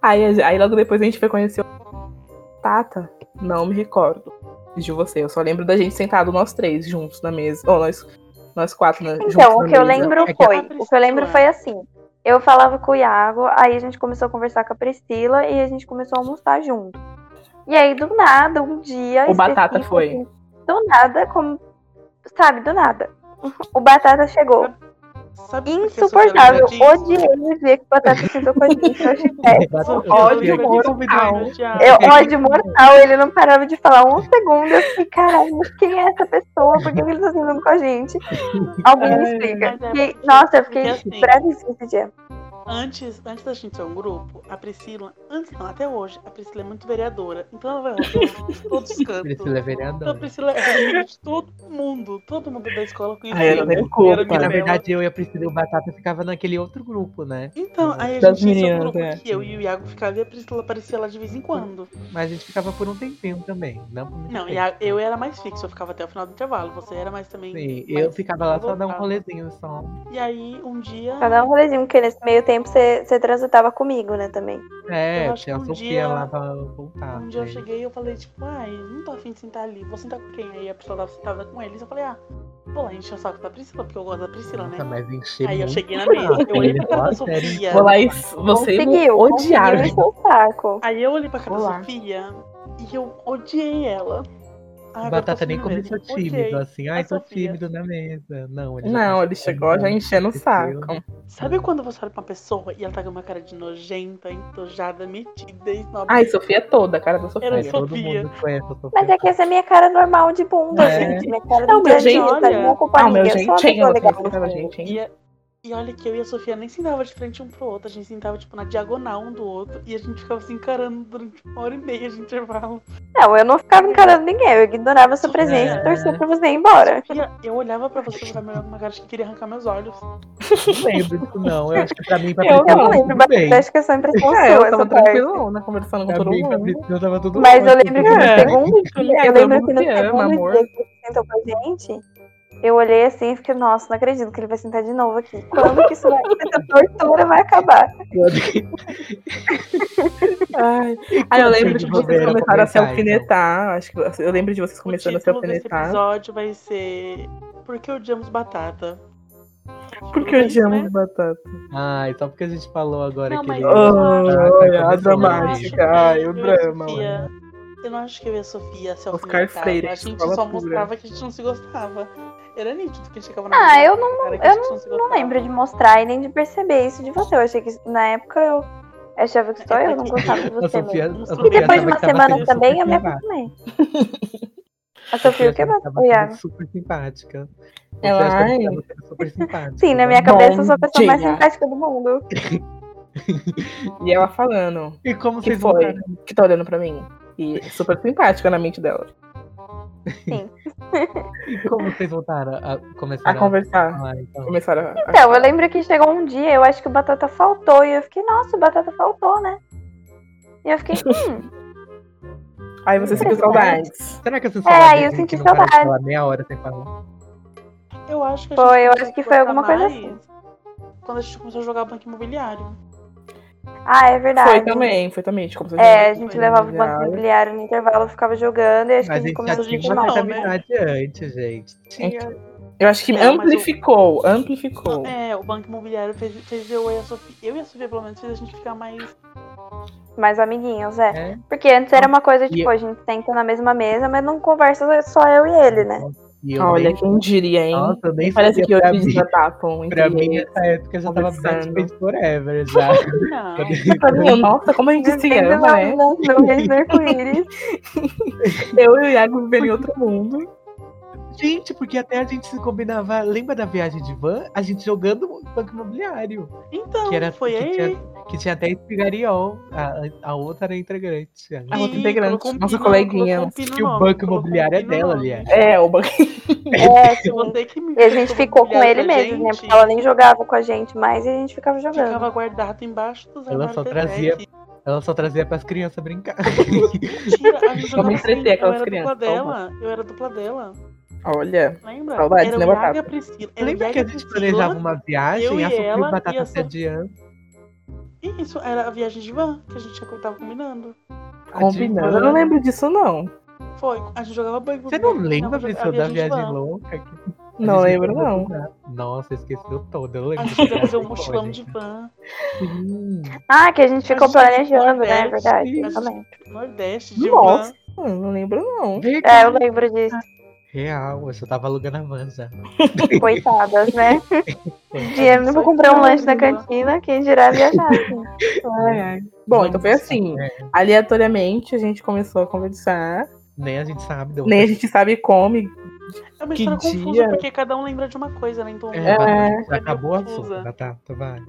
S3: Aí, a gen- aí logo depois a gente foi conhecer o Tata. Não me recordo de você. Eu só lembro da gente sentado nós três juntos na mesa. Ou nós, nós quatro né, juntos
S4: Então,
S3: na
S4: o que eu
S3: mesa.
S4: lembro
S1: É que a
S4: foi. O que eu
S2: Priscila-
S4: lembro foi assim. Eu falava com o Iago, aí a gente começou a conversar com a Priscila e a gente começou a almoçar junto. E aí, do nada, um dia.
S3: O Batata
S4: específico,
S3: foi.
S4: assim, Do nada, como. Sabe, do nada. O Batata chegou.
S2: Sabe por que eu sou
S4: Insuportável.
S2: gabriela disso?
S4: Odiei o dia que o Batata sentou com a gente. Eu achei péssimo.
S2: Sou-
S1: Batata,
S2: eu
S3: ódio
S2: lembro
S1: Sofia,
S2: disso,
S1: que
S3: moral.
S1: convidou-
S2: odiar.
S4: Eu, ódio mortal, ele não parava de falar um segundo. Eu fiquei, caralho, mas quem é essa pessoa? Por que que ele tá sentando com a gente? Alguém me
S3: Ai,
S4: explica.
S2: mas é
S4: Fiquei-
S2: porque-
S4: nossa, eu
S2: porque
S4: fiquei
S2: assim-
S4: bravíssima esse dia.
S2: Antes, antes da gente ser um grupo, a Priscila, antes não, até hoje, a Priscila é muito vereadora. Então ela vai rodando em todos os cantos.
S1: Priscila é
S2: Então a
S1: vereadora.
S2: Priscila é amiga de todo mundo. Todo mundo da escola conhecia.
S3: Ai, ela nem
S2: Era
S3: culpa.
S2: amiga
S1: Na
S2: dela.
S1: verdade, eu e a Priscila e o Batata ficava naquele outro grupo, né?
S2: Então, aí a
S3: Das
S2: gente tinha
S3: meninas,
S2: um grupo
S3: é.
S2: que eu e o Iago ficava e a Priscila aparecia lá de vez em quando.
S1: Mas a gente ficava por um tempinho também. Não, por muito
S2: Não,
S1: tempo.
S2: Iago, eu era mais fixo, eu ficava até o final do intervalo. Você era mais também.
S1: Sim,
S2: mas
S1: eu ficava lá só dar um
S2: voltava.
S1: rolezinho só.
S2: E aí, um dia.
S4: Pra dar um rolezinho, porque nesse meio tempo você você transitava comigo, né, também.
S1: É,
S2: Eu acho
S1: tinha a
S2: que um
S1: Sofia
S2: dia-
S1: lá pra voltar.
S2: Um dia eu
S1: né?
S2: cheguei e eu falei, tipo, ai, não tô afim de sentar ali, vou sentar com quem? Aí a pessoa tava sentada com eles, eu falei, ah, vou lá encher o saco da Priscila, porque eu gosto da Priscila, né?
S1: Nossa, mas encheu
S2: Aí eu
S1: muito. né?
S2: cheguei na mesa, eu olhei pra cara da
S1: Nossa, sério.
S2: Sofia,
S3: Vou lá e s- você me
S4: Conseguiu, conseguiu
S3: odiar.
S4: encher o saco.
S2: aí eu olhei pra cara
S3: Olá.
S2: da Sofia e eu odiei ela. Ai, agora
S1: Batata
S2: eu tô
S1: nem
S2: assumindo
S1: começou
S2: mesmo, odiei.
S1: tímido, assim. Ai,
S2: a
S1: tô
S2: Sofia.
S1: tímido na mesa. Não, ele já
S3: Não,
S1: tá
S3: ele chegou já enchendo o saco.
S2: Sabe quando você olha pra uma pessoa e ela tá com uma cara de nojenta, entojada, metida, esnobada?
S3: Ai, Sofia é toda, a cara da Sofia.
S2: Era
S1: É,
S2: só-
S1: todo
S2: Sofia.
S1: mundo conhece a Sofia.
S4: Mas é que essa é minha cara normal de bunda,
S1: É.
S4: gente. Minha cara
S3: Não, meu
S4: do dia a dia,
S2: jeitinho,
S4: sabe? Não
S2: olha.
S4: culpa
S3: Ah, o meu
S4: ninguém, eu sou uma
S3: jeitinho,
S4: pessoa
S3: ela
S4: legal.
S3: fez aquela gente, hein?
S2: E, a- e olha que eu e a Sofia nem sentava de frente um pro outro, a gente sentava tipo na diagonal um do outro e a gente ficava se encarando durante uma hora e meia de intervalo.
S4: Não, eu não ficava encarando ninguém, eu ignorava a sua presença
S1: É.
S4: e torcia pra você ir embora.
S2: Sofia, eu olhava pra você e ficava com uma cara de que queria arrancar meus olhos.
S1: Não lembro disso, não. Eu acho que pra mim, pra
S3: Eu
S1: Priscila,
S4: Eu não
S3: Não,
S4: lembro,
S1: tudo
S4: mas
S1: bem.
S4: acho que é só impressão
S3: É,
S4: sua
S3: eu
S4: essa
S3: tava
S4: parte.
S3: tranquilona conversando com
S1: Pra
S3: todo
S1: mim, pra
S3: mundo.
S1: Priscila, tava tudo
S4: Mas eu
S1: ótimo.
S4: lembro que
S3: É.
S4: no segundo dia, um eu
S3: todo
S4: lembro
S3: mundo
S4: que um no
S3: se ama,
S4: segundo
S3: amor.
S4: dia que ele sentou com a gente, eu olhei assim e fiquei, nossa, não acredito que ele vai sentar de novo aqui. Quando que isso vai, essa tortura vai acabar?
S3: Ai. Aí eu lembro de vocês
S1: Bobeira,
S3: começaram a
S1: comentar,
S3: se
S1: então.
S3: alfinetar. Acho que eu lembro de vocês começando
S2: o
S3: a se
S2: título desse
S3: alfinetar.
S2: episódio vai ser Por que odiamos batata? é
S3: Porque
S2: né?
S3: odiamos batata.
S1: Ai, só porque a gente falou agora
S2: Não,
S1: que...
S2: mas-
S1: ele-
S2: Ah,
S3: Ai,
S1: tá
S3: a
S1: começando
S3: dramática. Ai, o drama. mano.
S2: Sofia, eu não acho que eu e a Sofia se
S3: Oscar
S2: alfinetava.
S3: Freire,
S2: A gente
S3: escola
S2: só
S3: pura.
S2: mostrava que a gente não se gostava. Era nítido que a gente ficava na
S4: Ah,
S2: mesa,
S4: eu não-
S2: cara, que
S4: eu
S2: a gente se
S4: Eu não
S2: gostava.
S4: lembro de mostrar e nem de perceber isso de você. Eu achei que na época eu achava que só eu não gostava de
S1: A
S4: você
S1: Sofia,
S4: mesmo.
S1: a
S2: E
S1: Sofia
S4: E depois
S1: achava
S4: de uma
S1: que tava
S4: semana
S1: sendo
S4: também, eu
S1: super
S4: me
S1: simpática.
S4: acostumei. A Sofia o que
S1: achava
S4: mais?
S1: que tava
S4: O Iago.
S1: sendo super simpática.
S3: Ela,
S1: Ela
S3: ai.
S1: super simpática.
S4: Sim, na minha
S3: Bom
S4: cabeça eu sou a pessoa mais
S3: dia.
S4: simpática do mundo.
S3: E ela falando
S1: E como
S3: que
S1: vocês
S3: foi,
S1: voltaram?
S3: que tá olhando pra mim. E super simpática na mente dela.
S1: E como vocês voltaram a começar
S3: A conversar.
S1: falar, então?
S3: Começaram a. a-
S4: Então, eu lembro que chegou um dia, eu acho que o Batata faltou, e eu fiquei, nossa, o Batata faltou, né? E eu fiquei, hum,
S3: Aí você sentiu saudades.
S1: Será que essa
S4: É,
S1: saudade
S4: eu
S1: gente
S4: senti
S1: não para de um
S4: saudade.
S1: falar meia hora sem falar?
S2: Eu acho que a
S4: Foi,
S2: gente
S4: eu
S2: começou
S4: acho
S2: a
S4: que foi alguma
S2: conversar
S4: coisa assim.
S2: mais Quando a gente começou a jogar banco imobiliário.
S4: ah, é verdade.
S3: Foi também, foi também. A gente começou a
S4: É,
S3: jogar
S4: a gente
S3: banco
S2: né?
S4: levava o banco
S3: imobiliário.
S4: imobiliário no intervalo, eu ficava jogando, e acho que a
S1: Mas a
S4: gente
S1: gente já
S4: começou a
S1: tinha
S4: discutir
S1: uma
S4: mal.
S2: não, né?
S1: amizade antes, gente. Tinha.
S3: Eu acho que
S2: É, mas o-
S3: amplificou, amplificou.
S2: É, o banco imobiliário fez, fez eu e a Sofia. Eu e a Sofia, pelo menos, fez a gente ficar mais.
S4: Mas amiguinhos, é.
S1: É.
S4: Porque antes era uma coisa,
S1: E
S4: tipo, a gente senta na mesma mesa, mas não conversa só eu e ele, né?
S1: E eu
S3: Olha,
S1: nem-
S3: quem diria, hein?
S1: Nossa, eu nem
S3: Parece
S1: sabia
S3: que
S1: pra
S3: hoje
S1: mim.
S3: eles já tapam entre
S1: Pra mim,
S3: eles.
S1: nessa época, eu já tava
S3: Conversando. tá
S1: Bad Forever, já.
S2: Não.
S3: Todo mundo, Nossa, como a gente se
S4: Vivendo
S3: ama, né?
S4: lá os dois no arco-íris.
S3: Eu e o Iago vivendo em outro mundo.
S1: Gente, porque até a gente se combinava. Lembra da viagem de van? A gente jogando banco imobiliário.
S2: Então,
S1: Que era-
S2: foi
S1: que
S2: aí.
S1: tinha- Que tinha até espigariol. A, a outra era integrante.
S3: A outra
S2: Ih,
S3: integrante,
S2: colocou um
S3: nossa
S2: pino-
S3: coleguinha.
S2: colocou um pino no
S1: Que o
S2: nome,
S1: banco
S2: colocou um
S1: imobiliário é
S2: pino no
S1: dela,
S2: nome.
S1: aliás.
S3: É, o banco.
S4: É,
S2: Se
S4: sim.
S2: você que me
S4: E a gente
S2: colocou
S4: ficou com
S2: imobiliário
S4: ele
S2: pra
S4: mesmo, né?
S2: gente,
S4: Porque ela nem jogava com a gente mais e a gente ficava jogando.
S2: Ficava guardado embaixo dos
S1: Ela só
S2: armários
S1: trazia-
S2: Tepec.
S1: Ela só trazia pras crianças brincar.
S2: Mentira, a gente
S3: Só me
S2: jogava assim,
S3: entreter
S2: eu
S3: aquelas
S2: era dupla
S3: crianças,
S2: dela, eu era dupla dela,
S3: Olha,
S2: lembra?
S3: Saudades,
S2: era
S3: né,
S2: o
S3: Batata?
S2: Iago e a Priscila. Era o
S1: Lembra
S2: Iago
S1: que
S2: e
S1: a
S2: a
S1: gente
S2: Priscila,
S1: planejava uma viagem
S2: eu
S1: e
S2: e
S1: a Sofia
S2: ela,
S1: e
S2: e a
S1: Batata se
S2: Sofia-
S1: adiando?
S2: e Isso, era a viagem de van que a gente já tava combinando.
S3: combinando. Eu não lembro disso, não.
S2: Foi, a gente jogava banco.
S1: Você não
S2: jogava-
S1: lembra,
S2: jogava-
S1: pessoal, da
S2: de
S1: viagem
S2: van.
S1: louca? que-
S3: Não
S1: A gente
S3: lembro,
S1: fez
S3: não.
S1: do nada. Nossa, esqueceu toda. Eu lembro.
S2: A gente ia fazer um
S1: dessa
S2: mochilão de
S1: história.
S2: van,
S3: Hum?
S1: Sim.
S4: Ah, que a gente ficou
S2: gente
S4: planejando, né? É
S2: conversa,
S4: verdade,
S2: a gente-
S4: exatamente.
S2: nordeste, de
S3: Nossa.
S2: van.
S3: Hum, Não lembro, não.
S1: Vem
S4: É,
S1: cá.
S4: eu lembro disso.
S1: Real, eu só tava alugando a van já.
S4: Coitadas, né? Dinheiro não vou comprar um lanche na cantina, quem dirá viajar. assim.
S3: Ai, ai. Bom, então foi assim.
S1: É,
S3: Aleatoriamente a gente começou a conversar.
S1: nem a gente sabe. deu-
S3: Nem a gente sabe como. e-
S2: É uma
S1: Que
S2: história
S1: dia.
S2: confusa, porque cada um lembra de uma coisa, né? Então,
S1: É, Batata, já
S2: É.
S1: acabou o assunto, né?
S2: Confusa.
S1: Batata, vai.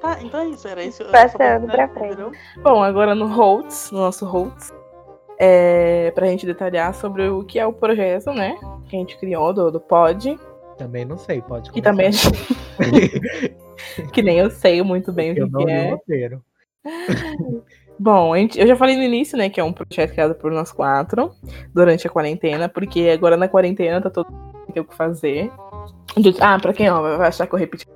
S2: tá, então é isso, era isso.
S4: Passando pra frente.
S1: Tá
S3: Bom, agora no Holtz, no nosso Holtz, é, pra gente detalhar sobre o que é o projeto, né? Que a gente criou do, do Pod.
S1: Também não sei, pode
S3: Que
S1: começar.
S3: também a gente, que nem eu sei muito bem
S1: Eu
S3: o
S1: não
S3: que, que
S1: li
S3: é.
S1: o roteiro.
S3: Bom, a gente- eu já falei no início, né, que é um projeto criado por nós quatro durante a quarentena, porque agora na quarentena tá todo mundo sem ter o que fazer. De- Ah, pra quem ó, vai achar que eu repeti.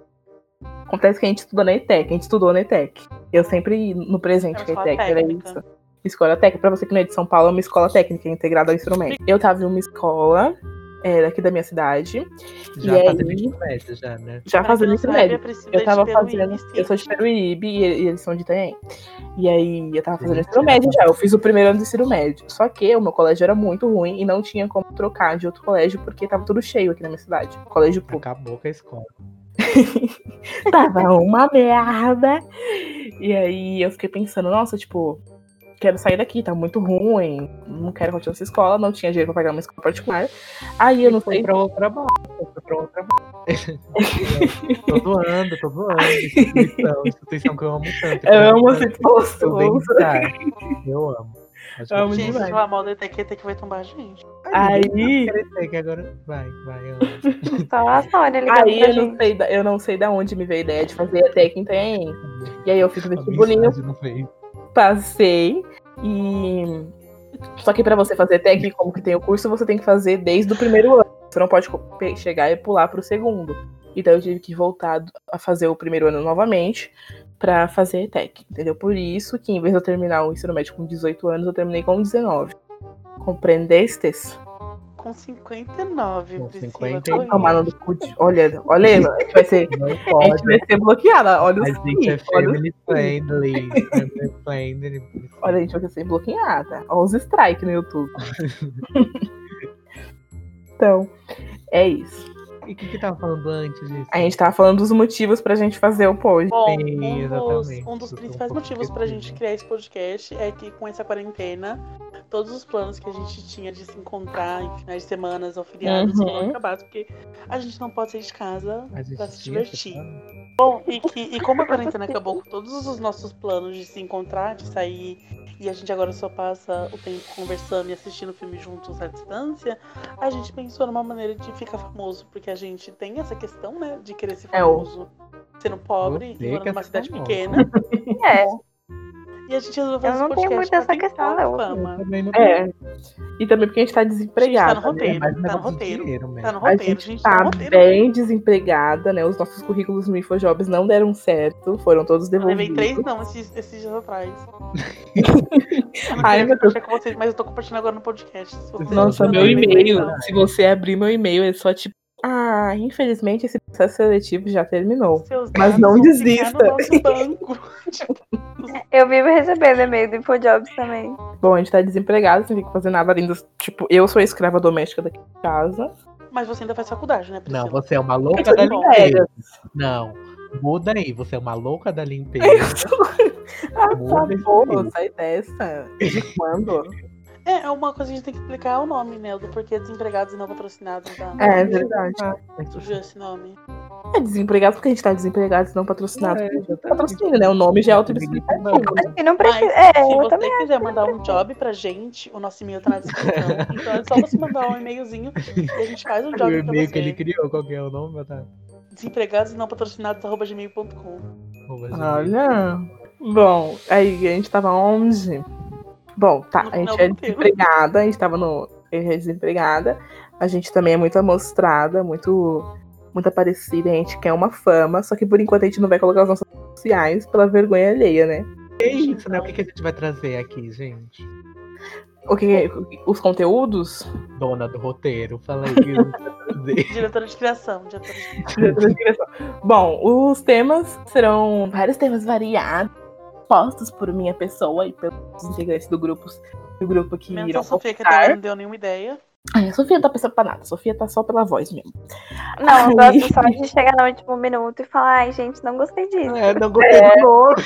S3: Acontece que a gente estuda na ETEC, a gente estudou na ETEC. Eu sempre no presente
S2: Era
S3: com a
S2: escola
S3: ETEC, era
S2: técnica.
S3: isso. Escola técnica, pra você que não é de São Paulo, é uma escola técnica integrada ao instrumento. Eu tava em uma escola é, daqui da minha cidade,
S1: Já
S3: E aí?
S1: fazendo ensino médio, já, né?
S3: já fazendo ensino médio.
S2: é
S3: Eu tava
S2: um
S3: fazendo. Eu sou de Peruíbe e e eles são de Itanhaém. E aí eu tava fazendo
S1: Gente,
S3: ensino médio
S1: eu
S3: já. Eu fiz o primeiro ano do ensino médio. Só que o meu colégio era muito ruim e não tinha como trocar de outro colégio porque tava tudo cheio aqui na minha cidade. Colégio público.
S1: Acabou com a escola.
S3: tava uma merda. E aí eu fiquei pensando, nossa, tipo, quero sair daqui, tá muito ruim. Não quero continuar essa escola, não tinha dinheiro pra pagar uma escola particular. Aí eu não
S1: Foi
S3: sei.
S1: pra outra barra, foi pra outra barra. tô doando, tô é doando. Instituição, instituição que eu amo tanto.
S3: Eu amo
S1: tanto,
S3: essa
S1: eu
S3: exposição.
S1: bem tá. Eu amo. Acho
S3: Amo
S1: que-
S2: Gente,
S3: demais.
S2: se falar mal da etiqueta que vai tombar a gente.
S1: Ai,
S3: Aí-
S1: Parece que agora vai, vai. eu tá amo.
S4: Só a Sônia ligando
S3: Aí eu
S4: pra gente.
S3: não, sei da, eu não sei da onde me veio a ideia de fazer a técnica em. E aí eu fiz o
S1: A
S3: vestibulinho,
S1: mensagem não veio.
S3: passei e. Só que pra você fazer técnica, como que tem o curso, você tem que fazer desde o primeiro ano. Você não pode co- pe- chegar e pular pro segundo. Então eu tive que voltar do- a fazer o primeiro ano novamente pra fazer tech, entendeu? Por isso que em vez de eu terminar o ensino médio com 18 anos, eu terminei com 19. Compreendestes?
S2: Com 59,
S1: Com
S2: Priscila.
S1: 50.
S3: Vai
S2: Foi.
S3: tomar no cu de- Olha, olha, aí, mano, vai ser,
S1: Não
S3: a gente
S1: pode.
S3: vai ser bloqueada. Olha
S1: A
S3: os
S1: gente é
S3: pi, olha os
S1: family friendly. Family friendly.
S3: Olha, a gente vai ser bloqueada. Olha os strikes no YouTube. então, é isso.
S1: E o que que tava falando antes disso?
S3: A gente tá tava falando dos motivos pra gente fazer o pod.
S2: Bom,
S1: Sim,
S2: um dos,
S1: exatamente.
S2: um dos
S1: Eu tô um
S2: principais
S1: pouco
S2: motivos pra gente
S1: esquecido.
S2: criar esse podcast é que com essa quarentena, todos os planos que a gente tinha de se encontrar em finais de semanas ou feriados
S3: Uhum.
S2: foram acabados, porque a gente não pode sair de casa
S1: A gente
S2: pra Tá se
S1: tinha essa
S2: divertir.
S1: fala?
S2: Bom, e, que, e como a quarentena acabou com todos os nossos planos de se encontrar, de sair, e a gente agora só passa o tempo conversando e assistindo filme juntos à distância, a gente pensou numa maneira de ficar famoso, porque a gente tem essa questão, né, de querer ser
S3: É, o-
S2: famoso sendo pobre
S1: Você
S2: e morando
S1: quer
S2: numa
S1: é ser
S2: cidade
S1: famoso.
S2: pequena.
S4: É,
S2: E a gente resolveu
S4: Eu
S2: fazer
S4: não
S2: esse
S4: tenho
S2: podcast
S4: muito
S2: pra
S4: essa
S2: tentar
S4: questão,
S2: a
S4: não.
S2: fama.
S1: Também não
S3: É. E também porque a gente tá
S2: Tá
S3: desempregada.
S2: no roteiro,
S1: mais um
S2: tá no
S1: negócio de
S2: roteiro.
S1: dinheiro mesmo.
S2: Tá no
S3: A
S2: roteiro,
S3: gente
S2: gente.
S3: tá
S2: no roteiro.
S3: bem desempregada, né? Os nossos currículos no InfoJobs não deram certo, foram todos
S2: Eu levei três
S3: devolvidos.
S2: não esses, esses dias atrás. Eu não
S3: Ai,
S2: queria
S3: meu Deus.
S2: compartilhar com vocês, mas eu tô compartilhando agora no podcast. Se vocês
S3: Nossa,
S2: não
S3: meu
S2: mandarem,
S3: e-mail.
S2: então.
S3: Se você abrir meu e-mail, é só tipo. Ah, infelizmente esse processo seletivo já terminou.
S2: Seus
S3: Mas
S2: dados
S3: não
S2: vão
S3: desista.
S2: ficar no nosso banco. Tipo,
S4: eu vivo recebendo e-mail do InfoJobs também.
S3: Bom, a gente tá desempregado, sem ter que fazer nada além dos. Tipo, eu sou a escrava doméstica daqui de casa.
S2: Mas você ainda faz faculdade, né, Priscila?
S1: Não, você é uma
S3: Eu
S1: louca
S3: tô
S1: da
S3: de
S1: limpeza.
S3: férias.
S1: Não, muda aí. Você é uma louca da limpeza.
S3: Ah,
S1: Muda
S3: tá
S1: esse
S3: bom,
S1: e-mail.
S3: sai dessa. De quando?
S2: É, é uma coisa que a gente tem que explicar é o nome, né? Do porquê desempregados e não patrocinados. Tá?
S3: É verdade.
S2: Surgiu esse nome.
S3: É desempregado porque a gente tá desempregado, não patrocinado.
S1: É, exatamente.
S3: Patrocínio, né? O nome já é autoexplicativo.
S4: E não precisa.
S2: Mas,
S4: É,
S2: Se
S4: eu
S2: você
S4: também.
S2: quiser mandar um job pra gente, o nosso e-mail tá na descrição. Então é só você mandar um e-mailzinho e a gente faz um
S1: O
S2: job pra
S1: e-mail que ele
S2: você.
S1: criou, qual que é o nome? meu Deus?
S2: Desempregados e não patrocinados, arroba gmail.com.
S1: Arroba gmail.
S3: Ah, Olha. Bom, aí a gente tava onde? Bom, tá,
S2: No
S3: a gente
S2: final
S3: é
S2: do roteiro.
S3: desempregada, a gente tava no. A gente é desempregada. A gente também é muito amostrada, muito. Muito aparecida, a gente quer uma fama, só que por enquanto a gente não vai colocar as nossas redes sociais pela vergonha alheia, né?
S1: É isso, né? O que, que a gente vai trazer aqui, gente?
S3: O que, os conteúdos?
S1: Dona do roteiro, fala aí. o que a gente vai trazer.
S2: Diretora de criação, diretora de
S3: Bom, os temas serão vários temas variados, postos por minha pessoa e pelos integrantes do grupo, do grupo que
S2: Menos
S3: irão
S2: a Sofia, que tá
S3: participar.
S2: até não deu nenhuma ideia.
S3: Ai, a Sofia não tá pensando pra nada, a Sofia tá só pela voz mesmo.
S4: Não, eu
S3: Ai.
S4: gosto só de chegar no último minuto e falar, ai, gente, não gostei disso.
S1: É, não gostei do nome.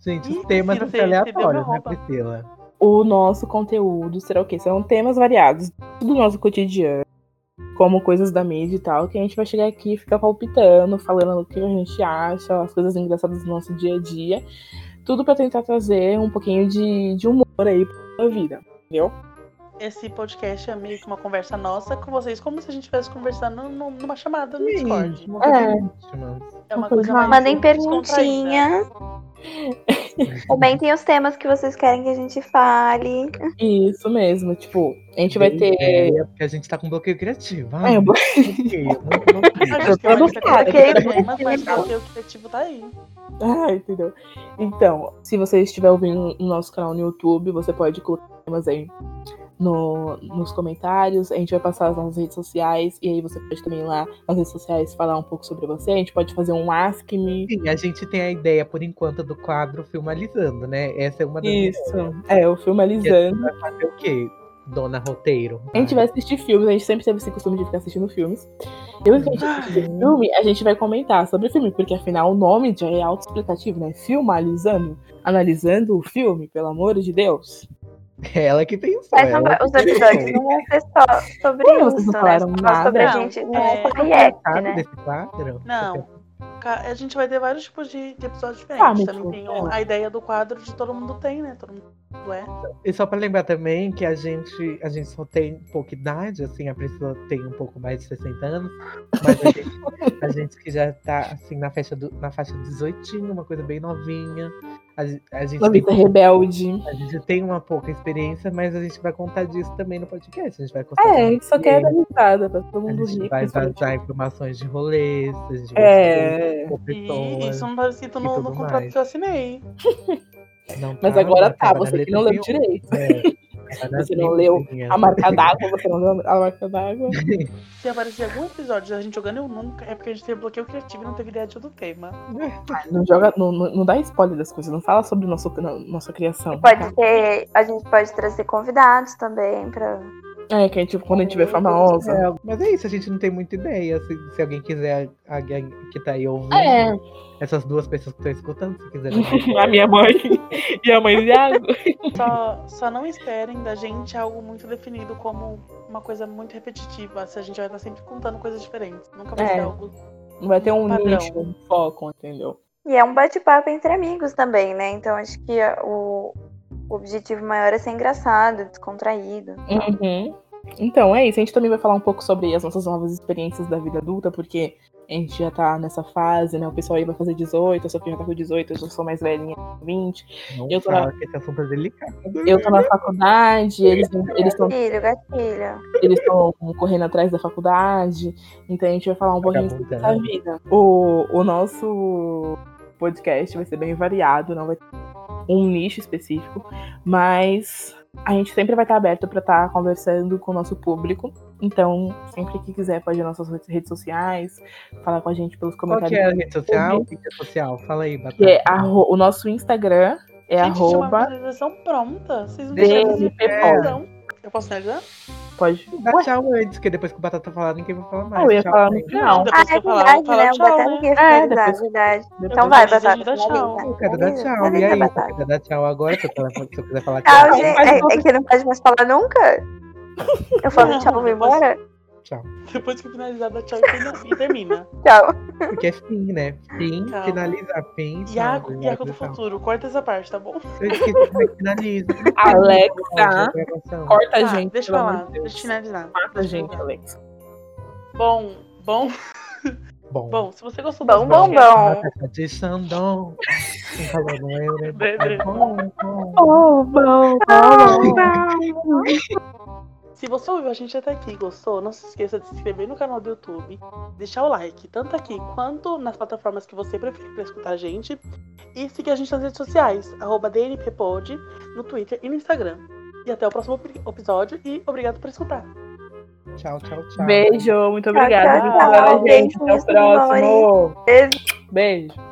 S1: Gente, os
S2: Ih,
S1: temas
S2: Priscila,
S1: são
S2: você- você deu
S1: aleatórios,
S2: uma
S1: né,
S2: roupa.
S1: Priscila?
S3: O nosso conteúdo será o quê? Serão temas variados do nosso cotidiano, como coisas da mídia e tal, que a gente vai chegar aqui e ficar palpitando, falando o que a gente acha, as coisas engraçadas do nosso dia a dia. Tudo pra tentar trazer um pouquinho de, de humor aí pra sua vida, entendeu?
S2: Esse podcast é meio que uma conversa nossa com vocês, como se a gente estivesse conversando num- numa chamada no Discord.
S1: Uma coisa íntima.
S2: É uma
S3: Uma coisa
S2: coisa mais.
S4: Mandem
S2: descontraída.
S4: perguntinhas. Comentem os temas que vocês querem que a gente fale.
S3: Isso mesmo, tipo, a gente vai ter.
S1: É, porque a gente tá com bloqueio criativo.
S3: É,
S1: Ai,
S3: eu vou-
S1: bloqueio, muito bloqueio.
S2: A
S3: Eu
S2: gente
S3: tô
S2: tem é uma
S3: no
S2: lista com
S3: cara,
S4: eu tô
S2: temas, mas
S4: cara.
S2: porque o criativo tá aí.
S3: Ah, entendeu? Então, se você estiver ouvindo no nosso canal no YouTube, você pode colocar temas aí no, nos comentários. A gente vai passar as nossas redes sociais. E aí você pode também ir lá nas redes sociais falar um pouco sobre você. A gente pode fazer um Ask Me.
S1: Sim, a gente tem a ideia, por enquanto, do quadro Filmalizando, né? Essa é uma das
S3: Isso. É, o filme Alisando.
S1: Vai fazer o quê? Dona Roteiro.
S3: A gente vai assistir filmes, a gente sempre teve esse costume de ficar assistindo filmes. Depois que a gente assistir filme, a gente vai comentar sobre o filme, porque afinal o nome já é autoexplicativo, né? Filmalizando, analisando o filme, pelo amor de Deus.
S1: É ela que pensou.
S4: Mas não
S1: ela
S4: vai-
S1: que
S4: os episódios
S1: pensou.
S4: não vão ser só sobre
S3: Por que vocês
S4: isso,
S3: não
S4: né?
S3: falaram
S4: Só sobre a
S2: nada?
S4: gente
S2: Não,
S4: no
S2: é-
S4: react,
S1: Sabe
S4: né?
S1: desse quadro?
S2: Não. Ca- A gente vai ter vários tipos de, de episódios
S3: Ah,
S2: diferentes.
S1: Tá,
S3: muito
S2: Também tem
S3: bom.
S2: a ideia do quadro de todo mundo tem, né? Todo mundo é.
S1: E só pra lembrar também que a gente, a gente só tem pouca idade, assim, a pessoa tem um pouco mais de 60 anos, mas a gente, a gente que já tá, assim, na faixa, do, na faixa 18, uma coisa bem novinha. A, gen- a gente tem
S3: Novita Rebelde.
S1: A gente tem uma pouca experiência, mas a gente vai contar disso também no podcast. A gente vai contar.
S3: É, a gente só um quer dar
S1: a
S3: risada pra todo mundo
S1: gente
S3: rir.
S1: vai
S3: principalmente.
S1: vazar informações de rolês, a gente vai
S3: É,
S1: falar com
S2: E
S1: pessoas.
S2: isso não tá escrito
S1: Então, e
S2: no,
S1: tudo
S2: no contrato
S1: mais.
S2: que eu assinei.
S1: Não
S3: mas
S1: tá,
S3: agora
S1: não
S3: tá,
S1: na
S3: você que
S1: letra
S3: não leu
S1: nenhuma.
S3: direito.
S1: É, tá na
S3: Você não
S1: letra
S3: leu
S1: nenhuma.
S3: A marca d'água, você não leu a marca d'água.
S2: Se aparecer algum episódio da gente jogando eu nunca, é porque a gente teve bloqueio criativo e não teve ideia de outro tema.
S3: Ai, Não, joga, não, não não dá spoiler das coisas, não fala sobre nosso, na- nossa criação. Tá.
S4: Pode ter, a gente pode trazer convidados também pra.
S3: É, que a gente, quando a gente tiver famosa.
S1: É, mas é isso, a gente não tem muita ideia. Se, se alguém quiser, alguém que tá aí ouvindo,
S3: É,
S1: essas duas pessoas que estão escutando, se quiser.
S3: a minha mãe e a mãe do Iago.
S2: Só, só não esperem da gente algo muito definido como uma coisa muito repetitiva. Se a gente vai estar sempre contando coisas diferentes. Nunca vai
S3: É.
S2: ser algo
S3: Não vai ter um
S2: Padrão.
S3: nicho, um foco, entendeu?
S4: E é um bate-papo entre amigos também, né? Então acho que a- o, o objetivo maior é ser engraçado, descontraído.
S3: Uhum. Então é isso. A gente também vai falar um pouco sobre as nossas novas experiências da vida adulta, porque a gente já tá nessa fase, né? O pessoal aí vai fazer 18, a Sofia já tá com 18, eu já sou mais velhinha, 20.
S1: Não
S3: Eu tô na-
S1: fala que esse assunto é delicado.
S3: Eu tô na faculdade, eles eles estão
S4: Gatilho, gatilho.
S3: eles estão correndo atrás da faculdade. Então a gente vai falar um pouquinho sobre
S1: Vagabunda,
S3: essa
S1: né?
S3: vida. O, o nosso podcast vai ser bem variado, não vai ter um nicho específico, mas a gente sempre vai estar aberto para estar conversando com o nosso público. Então, sempre que quiser, pode ir nas nossas redes sociais, falar com a gente pelos
S1: Qual
S3: comentários.
S1: que é a rede social? Mídia social? Fala aí, Batata.
S3: Que é arro- o nosso Instagram é
S2: Gente, tinha uma
S3: arroba.
S2: finalização pronta. Vocês não
S1: Deixa
S2: deixaram
S1: eu
S2: fazer
S3: ver.
S2: finalização. Eu posso finalizar?
S3: Pode.
S1: Dá
S3: Ué,
S1: tchau antes, que depois que o Batata falar, ninguém vai falar mais.
S3: eu ia
S1: Tchau,
S3: falar no
S1: gente.
S3: final.
S2: Depois
S4: Ah,
S2: que
S4: é
S2: eu falar, eu
S4: verdade,
S2: vou falar
S4: né? O Batata
S2: tchau, né?
S4: que ia finalizar,
S3: depois-
S4: verdade. Então
S2: depois
S4: vai,
S2: a gente
S4: Batata.
S2: dá tchau.
S4: finaliza.
S1: Eu quero
S3: é
S1: dar
S4: Finaliza,
S1: tchau. E
S4: finaliza,
S1: aí,
S4: Batata.
S1: você quer dar tchau agora? Se eu falar- se eu quiser falar
S4: Tchau,
S1: tchau.
S4: gente.
S3: faz
S4: É,
S3: outra-
S4: é que não pode mais falar nunca? Eu falo
S2: Não,
S4: tchau, vou
S2: depois-
S4: embora?
S2: Depois que finalizar, dá tchau e termina- e termina.
S4: Tchau.
S1: Porque é fim, né? Fim,
S2: Tchau.
S1: finalizar, fim. tchau,
S2: Iago,
S1: finalizar,
S2: Iago do
S1: tchau.
S2: futuro, corta essa parte, tá bom?
S1: Eu esqueci como é que finaliza.
S3: Alexa,
S1: Gravação.
S3: corta a
S2: Tá,
S3: gente.
S2: deixa eu
S3: pelo amor
S2: falar, deixa
S3: de
S2: eu
S3: Deus.
S2: finalizar.
S3: Mata a gente, Alexa.
S2: Bom, bom,
S1: Bom,
S2: bom, se você gostou
S4: Bom,
S2: desse
S4: bom,
S2: podcast,
S4: bom.
S1: Batata de Xandão. Não falou, não é, né?
S2: Bebê.
S1: Bom, bom.
S3: Oh, bom, Ah,
S2: Se você ouviu a gente até aqui e gostou, não se esqueça de se inscrever no canal do YouTube, deixar o like, tanto aqui quanto nas plataformas que você preferir para escutar a gente, e seguir a gente nas redes sociais, arroba DNPPod, no Twitter e no Instagram. E até o próximo pri- episódio e obrigado por escutar.
S1: Tchau, tchau, tchau.
S3: Beijo, muito obrigada.
S4: tchau,
S3: Obrigada,
S2: tchau.
S3: gente. Até o
S4: Beijinhos,
S3: próximo.
S4: amores.
S3: Beijo.